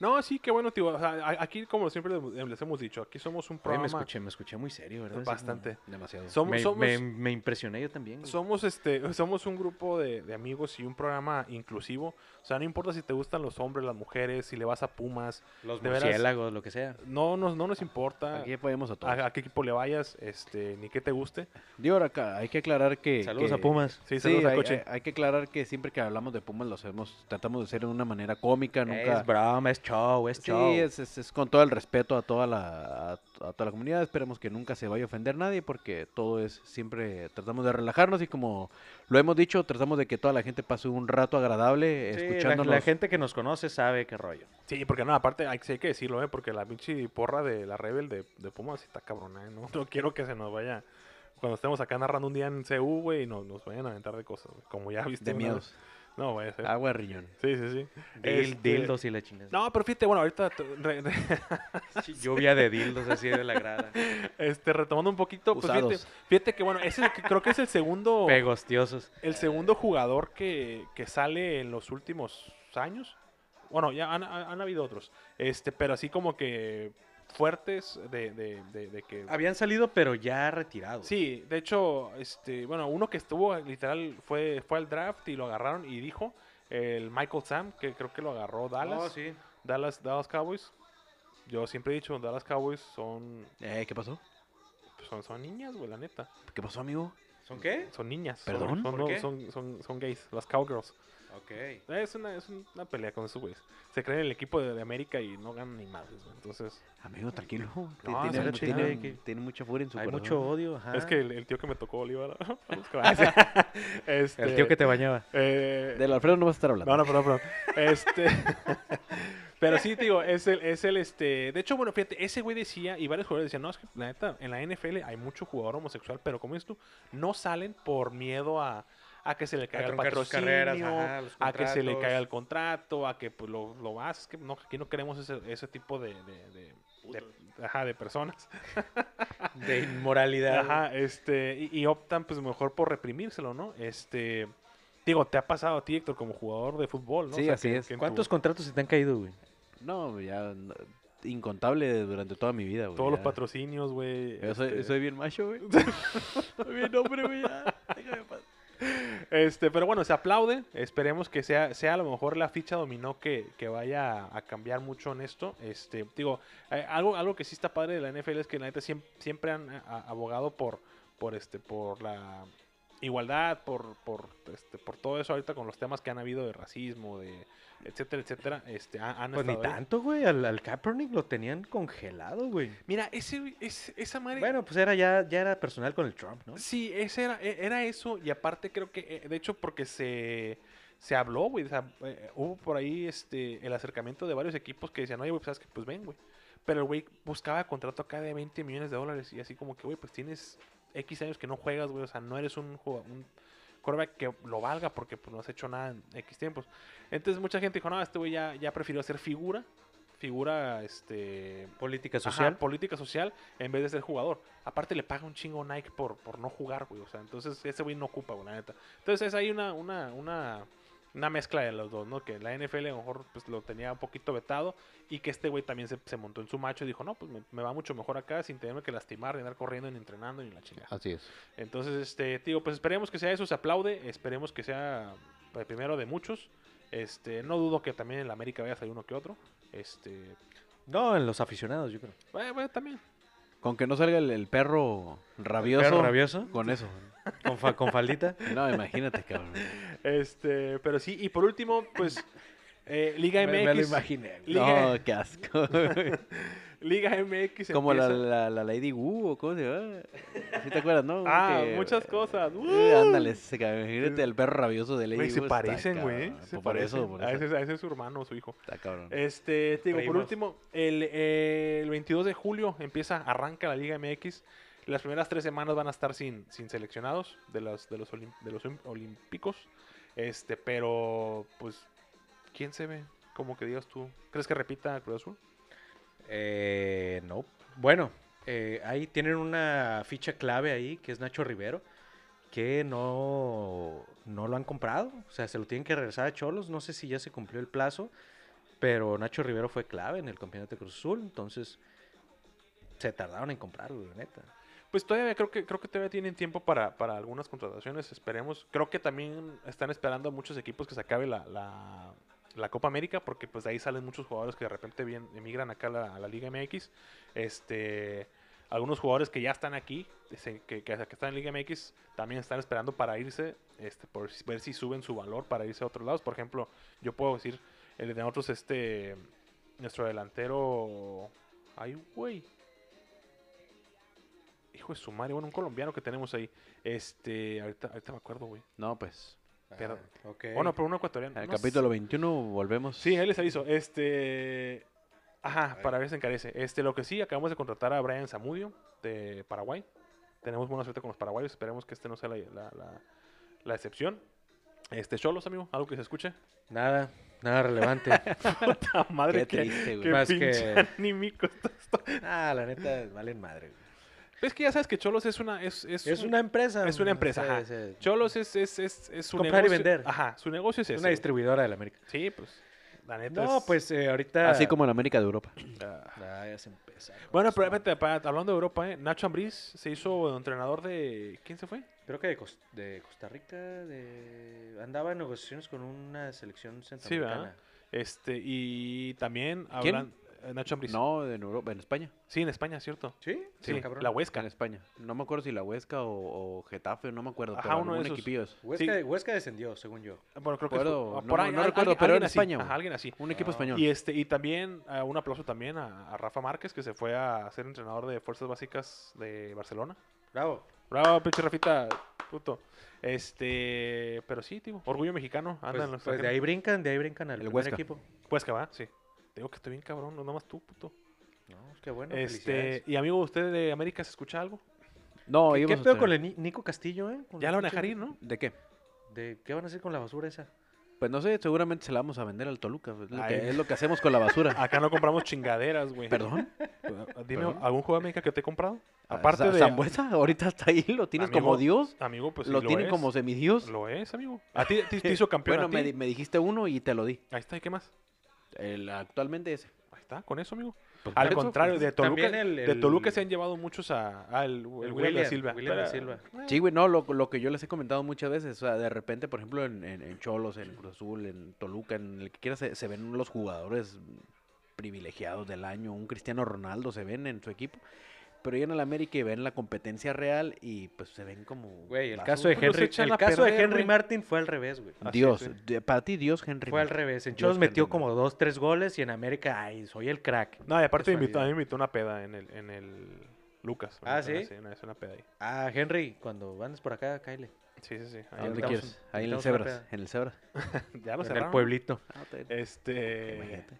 No, sí, qué bueno, tío. O sea, a- aquí, como siempre les hemos dicho, aquí somos un Oye, programa. me escuché, me escuché muy serio, ¿verdad? Así como- Bastante. Demasiado. Somos, me, somos- me- me impresioné yo también. güey. Somos este, *laughs* somos un grupo de, de amigos y un programa inclusivo. O sea, no importa si te gustan los hombres, las mujeres, si le vas a Pumas, Los de veras- murciélagos, lo que sea. no nos, no nos importa Aquí podemos a todos. a, a qué equipo le vayas, este, ni qué te guste. Digo, ahora acá, hay que aclarar que... Saludos que- a Pumas. Sí, Sí, saludos al hay, coche. hay- hay que aclarar que siempre que hablamos de Pumas lo hacemos, tratamos de hacer de una manera cómica, nunca... Es broma, es show, es Sí, show. es, es- es con todo el respeto a toda la, a- a toda la comunidad. Esperemos que nunca se vaya a ofender nadie porque todo es siempre tratamos de relajarnos y como lo hemos dicho, tratamos de que toda la gente pase un rato agradable Sí, la, escuchándonos. la gente que nos conoce sabe qué rollo. Sí, porque no, aparte hay, sí hay que decirlo, ¿eh? Porque la pinche porra de la Rebel de, de Pumas está cabrona, ¿eh? No, *laughs* no quiero que se nos vaya... Cuando estemos acá narrando un día en CU, güey, y nos, nos vayan a aventar de cosas, güey, Como ya viste. de una miedos. Ah, vez. No, vaya a ser. Agua de riñón. Sí, sí, sí. Dil- Este, Dildos y la chingada. No, pero fíjate, bueno, ahorita t- re- *laughs* re- Lluvia de dildos así de la grada. este, retomando un poquito, pues fíjate, Usados. fíjate que bueno, ese es- creo que es el *laughs* segundo Pegostiosos. el segundo jugador que, que sale en los últimos años. Bueno, ya han, han- han habido otros. Este, pero así como que fuertes de, de- de- de que. Habían salido, pero ya retirados. Sí, de hecho, este, bueno, uno que estuvo literal fue, fue al draft y lo agarraron y dijo el Michael Sam, que creo que lo agarró Dallas. No, Oh, sí. Dallas, Dallas Cowboys. Yo siempre he dicho, Dallas Cowboys son, Eh, ¿Qué pasó? pues, son, son niñas, güey, la neta. ¿Qué pasó, amigo? ¿Son qué? Son niñas. son- ¿Perdón? Son, ¿Por qué? son, son- son gays, las Cowgirls. Ok. Es una, es una pelea con esos güeyes. Se creen en el equipo de, de América y no ganan ni madres, güey. Entonces, Amigo, tranquilo. Ti- No, tiene, se la tiene- chingada, que- tiene mucha furia en su Hay corazón. mucho odio. ajá. es que el, el tío que me tocó *laughs* Oliva. *laughs* Ah, sí. *laughs* Este, El tío que te bañaba. eh, Del Alfredo no vas a estar hablando. No, no, perdón, perdón. Este, *laughs* pero sí, te digo, es el, es el, este... De hecho, bueno, fíjate, ese güey decía, y varios jugadores decían, no, es que la neta, en la NFL hay mucho jugador homosexual, pero como dices tú, no salen por miedo a, a que se le caiga el truncar sus patrocinio, carreras, ajá, los a que se le contratos. caiga el contrato, a que pues, lo, lo vas, es que no, aquí no queremos ese, ese tipo de... de- de- de- ajá, de personas. De inmoralidad. Ajá, este, y, y optan pues mejor por reprimírselo, ¿no? Este, digo, te ha pasado a ti, Héctor, como jugador de fútbol, ¿no? Sí, así es. en tu- ¿Cuántos contratos se te han caído, güey? No, ya no, incontable durante toda mi Pues vida, güey. Todos los ya. patrocinios, güey. Yo soy, este, *laughs* soy bien macho, güey. soy bien hombre, güey. ya. Déjame en paz. este, pero bueno, se aplaude. Esperemos que sea, sea a lo mejor la ficha dominó que, que vaya a cambiar mucho en esto. Este, digo, eh, algo, algo que sí está padre de la NFL es que la neta siem- siempre, han eh, a- a- abogado por, por este, por la igualdad, por, por, este, por todo eso ahorita con los temas que han habido de racismo, de etcétera, etcétera. Este, han, han Pues ni estado ahí. tanto, güey. Al, al Kaepernick lo tenían congelado, güey. Mira, ese, güey, ese- esa madre. Bueno, pues era ya, ya era personal con el Trump, ¿no? Sí, ese era, e- era eso. Y aparte creo que, eh, de hecho, porque se, se habló, güey. o sea, eh, hubo por ahí este, el acercamiento de varios equipos que decían, oye, güey, pues, ¿sabes que Pues ven, güey. Pero el güey buscaba contrato acá de 20 millones de dólares. Y así como que, güey, pues tienes X años que no juegas, güey. O sea, no eres un, jugado- un quarterback que lo valga porque pues, no has hecho nada en X tiempos. Entonces mucha gente dijo, no, este güey ya, ya prefirió hacer figura. Figura, este... Política Ajá, social. política social en vez de ser jugador. Aparte le paga un chingo Nike por, por no jugar, güey. O sea, entonces ese güey no ocupa, güey, la neta. Entonces es ahí una, una, una, una mezcla de los dos, ¿no? Que la NFL a lo mejor pues, lo tenía un poquito vetado y que este güey también se, se montó en su macho y dijo, no, pues me, me va mucho mejor acá sin tenerme que lastimar, ni andar corriendo, ni entrenando, ni la chingada. Así es. Entonces, este, te digo, pues esperemos que sea eso, se aplaude, esperemos que sea el primero de muchos. Este, no dudo que también en la América vaya a salir uno que otro. Este, No, en los aficionados, yo creo. bueno, bueno, también. Con que no salga el, el perro rabioso. Perro rabioso. Con eso. Con, fa- con faldita. No, imagínate, *laughs* cabrón. Este, pero sí, y por último, *laughs* pues eh, Liga Me- me lo MX. imaginé. güey. Liga, No, qué asco. güey. Liga MX Como la, empieza- la, la Lady Wu o cómo se llama. ¿Sí te acuerdas, no? Ah, Que- muchas cosas. ¡Woo! Eh, ándale, se ca- imagínate el perro rabioso de Lady Güey, Wu. se está parecen, güey. cabrón. Se Por parecen. eso, por A eso. ese, a ese es su hermano o su hijo. Está cabrón. Este, te digo, por Primos. último, el, eh, el 22 de julio empieza, arranca la Liga MX. Las primeras tres semanas van a estar sin, sin seleccionados de los, de los, olim- de los olim- olímpicos. Este, pero, pues, ¿quién se ve? Como que digas tú. ¿Crees que repita Cruz Azul? Eh, no. Bueno, eh, ahí tienen una ficha clave ahí, que es Nacho Rivero, que no, no lo han comprado. O sea, se lo tienen que regresar a Cholos. No sé si ya se cumplió el plazo, pero Nacho Rivero fue clave en el campeonato de Cruz Azul. Entonces, se tardaron en comprarlo, la neta. Pues todavía creo que creo que todavía tienen tiempo para, para algunas contrataciones, esperemos. Creo que también están esperando a muchos equipos que se acabe la, la, la Copa América, porque pues de ahí salen muchos jugadores que de repente bien, emigran acá a la, a la Liga MX. Este algunos jugadores que ya están aquí, se- que, que, que están en Liga MX, también están esperando para irse, este, por si- ver si suben su valor para irse a otros lados. Por ejemplo, yo puedo decir, el de nosotros, este Nuestro delantero. Ay, güey. Hijo de su madre, bueno, un colombiano que tenemos ahí. Este, ahorita, ahorita me acuerdo, güey. No, pues. Pero- Ah, ok. Oh, no, pero un ecuatoriano. En el No sé. capítulo 21 volvemos. Sí, ahí les aviso. Este. Ajá, Ahí. para ver si encarece. Este, lo que sí, acabamos de contratar a Brian Zamudio de Paraguay. Tenemos buena suerte con los paraguayos. Esperemos que este no sea la, la, la- la excepción. Este, Cholos, amigo, algo que se escuche. *laughs* Nada, nada relevante. Puta madre, Qué qué, triste, qué güey. Más pinche que- *laughs* anímico está esto. ah, la neta, valen madre. güey. Es que ya sabes que Cholos es una. Es, es Es un- una empresa. es una empresa, sí, ajá. sí. Cholos es, es, es, es su Comprar y negocio. vender. Ajá, su negocio es Es ese. una güey. distribuidora de la América. Sí, pues. La neta No, es- pues eh, ahorita. Así como en América de Europa. ah. Ah, ya se empieza. ¿no? Bueno, Pues, pero no. espérate, pa- hablando de Europa, ¿eh? Nacho Ambriz se hizo entrenador de... ¿Quién se fue? Creo que de, Cos- de Costa Rica de... andaba en negociaciones con una selección ¿verdad? centroamericana. Este, y también ¿Quién? hablan... eh, Nacho Ambriz. No, en Europa, en España. Sí, en España, ¿cierto? Sí, Sí, cabrón. la En Huesca. España. No me acuerdo si la Huesca o, o Getafe, no me acuerdo. Ajá, pero uno de algún esos. equipillo de esos. Huesca, Sí. Huesca descendió, según yo. Bueno, creo Acuerdo, que... fue- no- no recuerdo, pero alguien era en así, España, ajá, güey. alguien así. Un equipo Ah. español. Y, este, y también eh, un aplauso también a, a Rafa Márquez, que se fue a ser entrenador de Fuerzas Básicas de Barcelona. Bravo. Pues, Bravo, pinche Rafita, puto. Este, pero sí, tío, orgullo mexicano. Andan Pues, los pues de ahí brincan, de ahí brincan al El primer Huesca. equipo. Huesca, Pues ¿va? Sí. Te digo que estoy bien cabrón, no nomás tú, puto. No, pues, qué bueno. Este, felicidades. y amigo, ¿usted de América se escucha algo? No, ¿Qué, íbamos qué a pedo con tener- el Ni- Nico Castillo, eh? Con Ya la lo van a pinche- dejar ir, ¿no? ¿De qué? de- ¿Qué van a hacer con la basura esa? Pues no sé, seguramente se la vamos a vender al Toluca. pues, Es lo, Ay. que, es lo que hacemos con *laughs* la basura. Acá no compramos chingaderas, güey. Ah, Perdón. pues, Dime, perdón. ¿algún juego de América que te he comprado? Aparte ah, Sa- de. Zambuesa, ahorita está ahí, lo tienes Amigo, como Dios. Amigo, pues sí, lo, tienen es. como semidios. Lo es, amigo. A ti te, *laughs* te hizo campeón. Bueno, a me, ti. di- me dijiste uno y te lo di. Ahí está, ¿y qué más? El, actualmente ese. Ahí está, con eso, amigo. Pues, Al por eso, contrario, de Toluca, También el- de Toluca se el- han llevado muchos a. Ah, el, el William, William, da Silva. William da Pero- Silva. eh, Sí, güey, no, lo, lo que yo les he comentado muchas veces, o sea, de repente, por ejemplo, en, en- en Cholos, en Cruz Azul, en Toluca, en el que quiera, se, se ven los jugadores privilegiados del año, un Cristiano Ronaldo se ven en su equipo, pero llegan al América y ven la competencia real y pues se ven como... Güey, el basura. caso de Pues los Henry, echan el a caso de perder, Henry güey. Martin fue al revés, güey. Así Dios, es, güey. de- para ti Dios, Henry. Fue al Martin. revés. En Dios Cholos metió perdone. como dos, tres goles y en América, ay, soy el crack. No, y aparte me invitó, a Casualidad. mí me invitó una peda en el, en el Lucas. me Ah, invitó una- ¿sí? Una, una peda ahí. Ah, Henry, cuando andes por acá, cáele. Sí, sí, sí. ahí ¿A Ah, dónde andamos. quieres? Ahí en el invitamos una Cebras, peda. en el Cebras. *laughs* Eh, Ya lo en el *laughs* cerraron. pueblito. Este. Imagínate.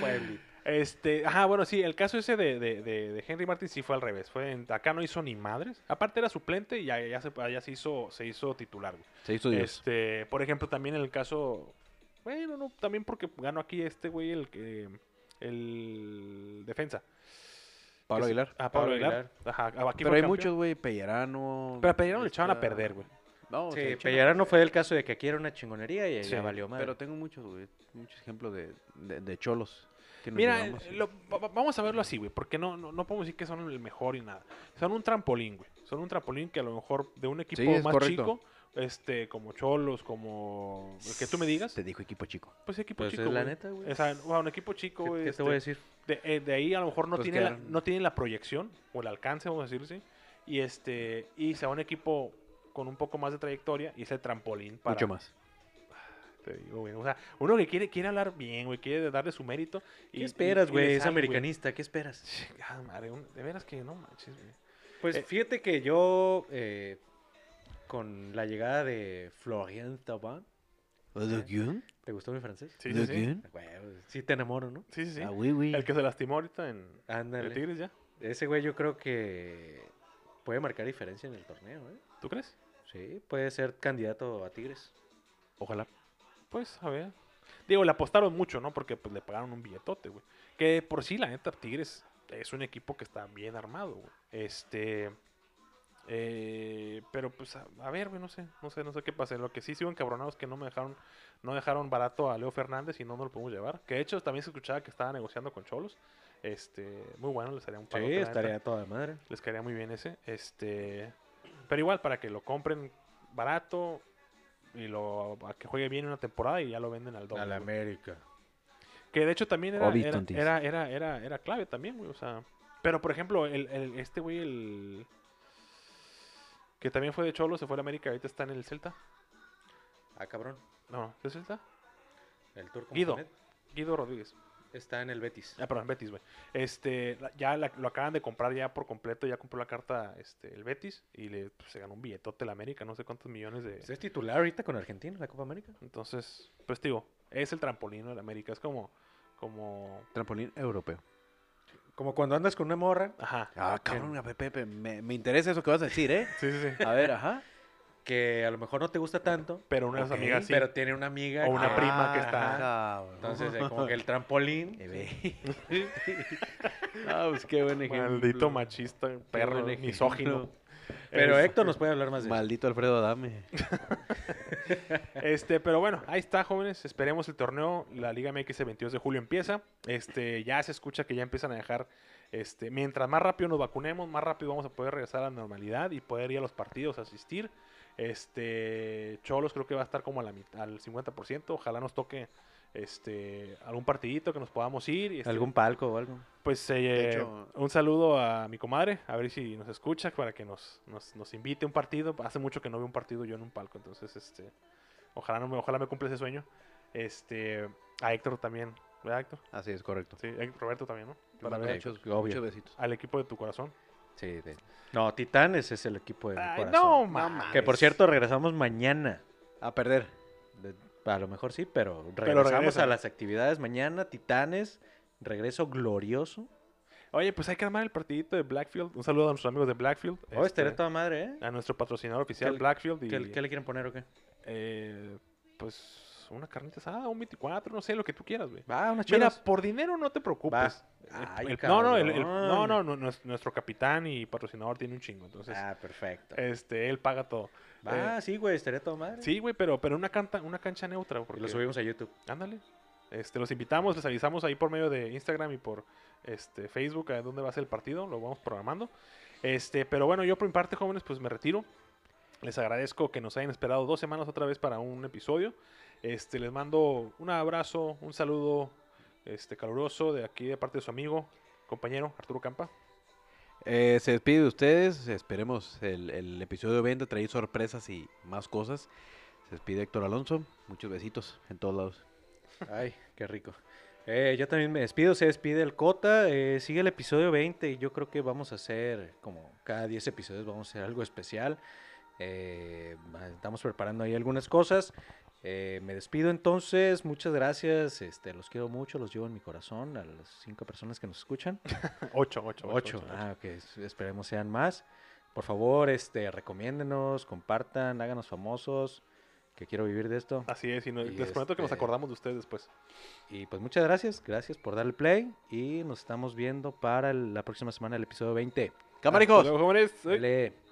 pueblito. Este, ajá, bueno, sí, el caso ese de, de- de- de Henry Martin sí fue al revés. Fue en- acá no hizo ni madres. Aparte era suplente y ya, ya se, ya se hizo, se hizo titular, güey. Se hizo Dios. Este, por ejemplo, también el caso. Bueno, no, también porque ganó aquí este güey el que. El defensa. Pablo Que se- Aguilar. Ah, Pablo Pablo Aguilar. Ajá, aquí fue Pero hay campeón. muchos, güey, Pellerano. este, Pero a Pellerano le echaban a está- perder, güey. No, se Sí, echaban a Pellerano fue el caso de que aquí era una chingonería y Sí, ya valió madre. Pero tengo muchos, güey, muchos ejemplos de, de, de cholos. que nos Mira, llevamos. lo- va- va- vamos a verlo así, güey, porque no, no, no podemos decir que son el mejor y nada. Son un trampolín, güey. Son un trampolín que a lo mejor de un equipo Sí, es más correcto. chico, este, como Cholos, como el que tú me digas, Te dijo equipo chico. pues equipo Este, Pues chico. es la güey. neta, güey. O sea, o sea, un equipo chico, ¿Qué, güey, qué te voy a este, decir? de, eh, de ahí a lo mejor no Pues tiene la, quedaron- no tienen la proyección o el alcance, vamos a decir, sí. Y este, y se va a un equipo con un poco más de trayectoria y es el trampolín para, Mucho más. te digo, güey. O sea, uno que quiere, quiere hablar bien, güey, quiere darle su mérito. ¿Qué y- y- esperas, y güey? le Es sale, americanista, ¿qué esperas? Chingada madre, un- de veras que no manches, güey. Pues Eh, fíjate que yo, eh, con la llegada de Florian Thauvin, ¿De quién? ¿te gustó mi francés? Sí, sí, ¿De sí. quién? Güey, pues, sí te enamoro, ¿no? Sí, sí, sí. Ah, güey, güey. El que se lastimó ahorita en en Ándale. Tigres ya. Ese güey yo creo que puede marcar diferencia en el torneo, ¿eh? ¿Tú crees? Sí, puede ser candidato a Tigres. Ojalá. Pues, a ver. Digo, le apostaron mucho, ¿no? Porque pues, le pagaron un billetote, güey. Que por sí, la neta, Tigres es un equipo que está bien armado, güey. Este. eh, pero pues a, a ver, güey, no sé, no sé, no sé qué pase. Lo que sí sigo encabronado es que no me dejaron, no dejaron barato a Leo Fernández y no nos lo podemos llevar. Que de hecho también se escuchaba que estaba negociando con Cholos. Este, muy bueno, les haría un paro. Sí, estaría a toda madre. Les caería muy bien ese. Este. Pero igual, para que lo compren barato y lo a que juegue bien una temporada y ya lo venden al doble. güey. América. Que de hecho también era, O era, Viscontis. era, era, era- era clave también, güey. O sea. Pero por ejemplo, el, el- este güey, el. Que también fue de Cholo, se fue a América, ahorita está en el Celta. Ah, cabrón. No, ¿es Celta? El turco Guido. Mohamed. Guido Rodríguez. Está en el Betis. Ah, perdón, Betis, güey. Este, la- ya la- lo acaban de comprar ya por completo, ya compró la carta este, el Betis y le, pues, se ganó un billetote la América, no sé cuántos millones de... Pues es titular ahorita con Argentina en la Copa América. Entonces, pues digo, es el trampolín de la América, es como, como... Trampolín europeo. Como cuando andas con una morra Ajá. Ah, cabrón, a ver, Pepe, me, me interesa eso que vas a decir, ¿eh? Sí, sí, sí. A ver, ajá. que a lo mejor no te gusta tanto, Pero unas ok, amigas sí. pero tiene una amiga O una que- prima. que Ah, está- Cabrón. Entonces, eh, como que *laughs* el *laughs* trampolín. Eh, *laughs* ve. ah, pues qué buen ejemplo. Maldito machista, perro, buen ejemplo. misógino. Pero Es- Héctor nos puede hablar más de eso. Maldito Alfredo Adame. Este, pero bueno, ahí está, jóvenes. Esperemos el torneo. La Liga MX el 22 de julio empieza. Este, ya se escucha que ya empiezan a dejar. Este, mientras más rápido nos vacunemos, más rápido vamos a poder regresar a la normalidad y poder ir a los partidos, asistir. Este, Cholos creo que va a estar como a la mitad, al 50%. Ojalá nos toque este algún partidito que nos podamos ir. y este, ¿Algún palco o algo? pues eh, hecho- un saludo a mi comadre, a ver si nos escucha para que nos, nos, nos invite a un partido. Hace mucho que no veo un partido yo en un palco, entonces este ojalá no me, ojalá me cumpla ese sueño. Este a Héctor también, ¿verdad Héctor? Así es, correcto. Sí, Héctor- Roberto también, ¿no? Para Manda ver muchos, obvio. muchos besitos. al equipo de tu corazón. Sí. de- No, Titanes es el equipo de mi Ay, corazón. no, mames. mames. Que por cierto, regresamos mañana. A perder. De- a lo mejor sí, pero regresamos regresa. a las actividades mañana. Titanes, regreso glorioso. Oye, pues hay que armar el partidito de Blackfield. Un saludo a nuestros amigos de Blackfield. Oh, estaré este, toda madre, ¿eh? a nuestro patrocinador oficial ¿Qué le- Blackfield y ¿Qué, qué le quieren poner o qué? eh, pues una carnita asada, un 24, no sé, lo que tú quieras, güey. Va, una Mira, por dinero no te preocupes. Va. El- Ay, el- no, no, el- el- cabrón. no, no, no, nues- nuestro capitán y patrocinador tiene un chingo, entonces Ah, perfecto. este él paga todo. Va, eh, sí, güey, estaré toda madre. Sí, güey, pero pero una canta, una cancha neutra, Y porque lo subimos a YouTube. ándale. Este, los invitamos, les avisamos ahí por medio de Instagram y por este Facebook a dónde va a ser el partido, lo vamos programando. Este, pero bueno, yo por mi parte, jóvenes, pues me retiro. Les agradezco que nos hayan esperado dos semanas otra vez para un episodio. Este, les mando un abrazo, un saludo este, caluroso de aquí de parte de su amigo, compañero Arturo Campa. Eh, se despide de ustedes. Esperemos el, el episodio 20 traer sorpresas y más cosas. Se despide Héctor Alonso. Muchos besitos en todos lados. Ay, qué rico. Eh, yo también me despido, se despide el Cota. eh, sigue el episodio 20 y yo creo que vamos a hacer, como cada 10 episodios, vamos a hacer algo especial. Eh, va- estamos preparando ahí algunas cosas. Eh, me despido entonces, muchas gracias. Este, los quiero mucho, los llevo en mi corazón a las cinco personas que nos escuchan. *laughs* Ocho, ocho, Ocho, ah, ok, es- esperemos sean más. Por favor, este, recomiéndenos, compartan, háganos famosos, que quiero vivir de esto. Así es, y, no- Y les prometo que nos este- acordamos de ustedes después. Y pues muchas gracias, gracias por darle play y nos estamos viendo para el- la próxima semana el episodio 20. ¡Camaricos! Hasta luego, jóvenes. Dale.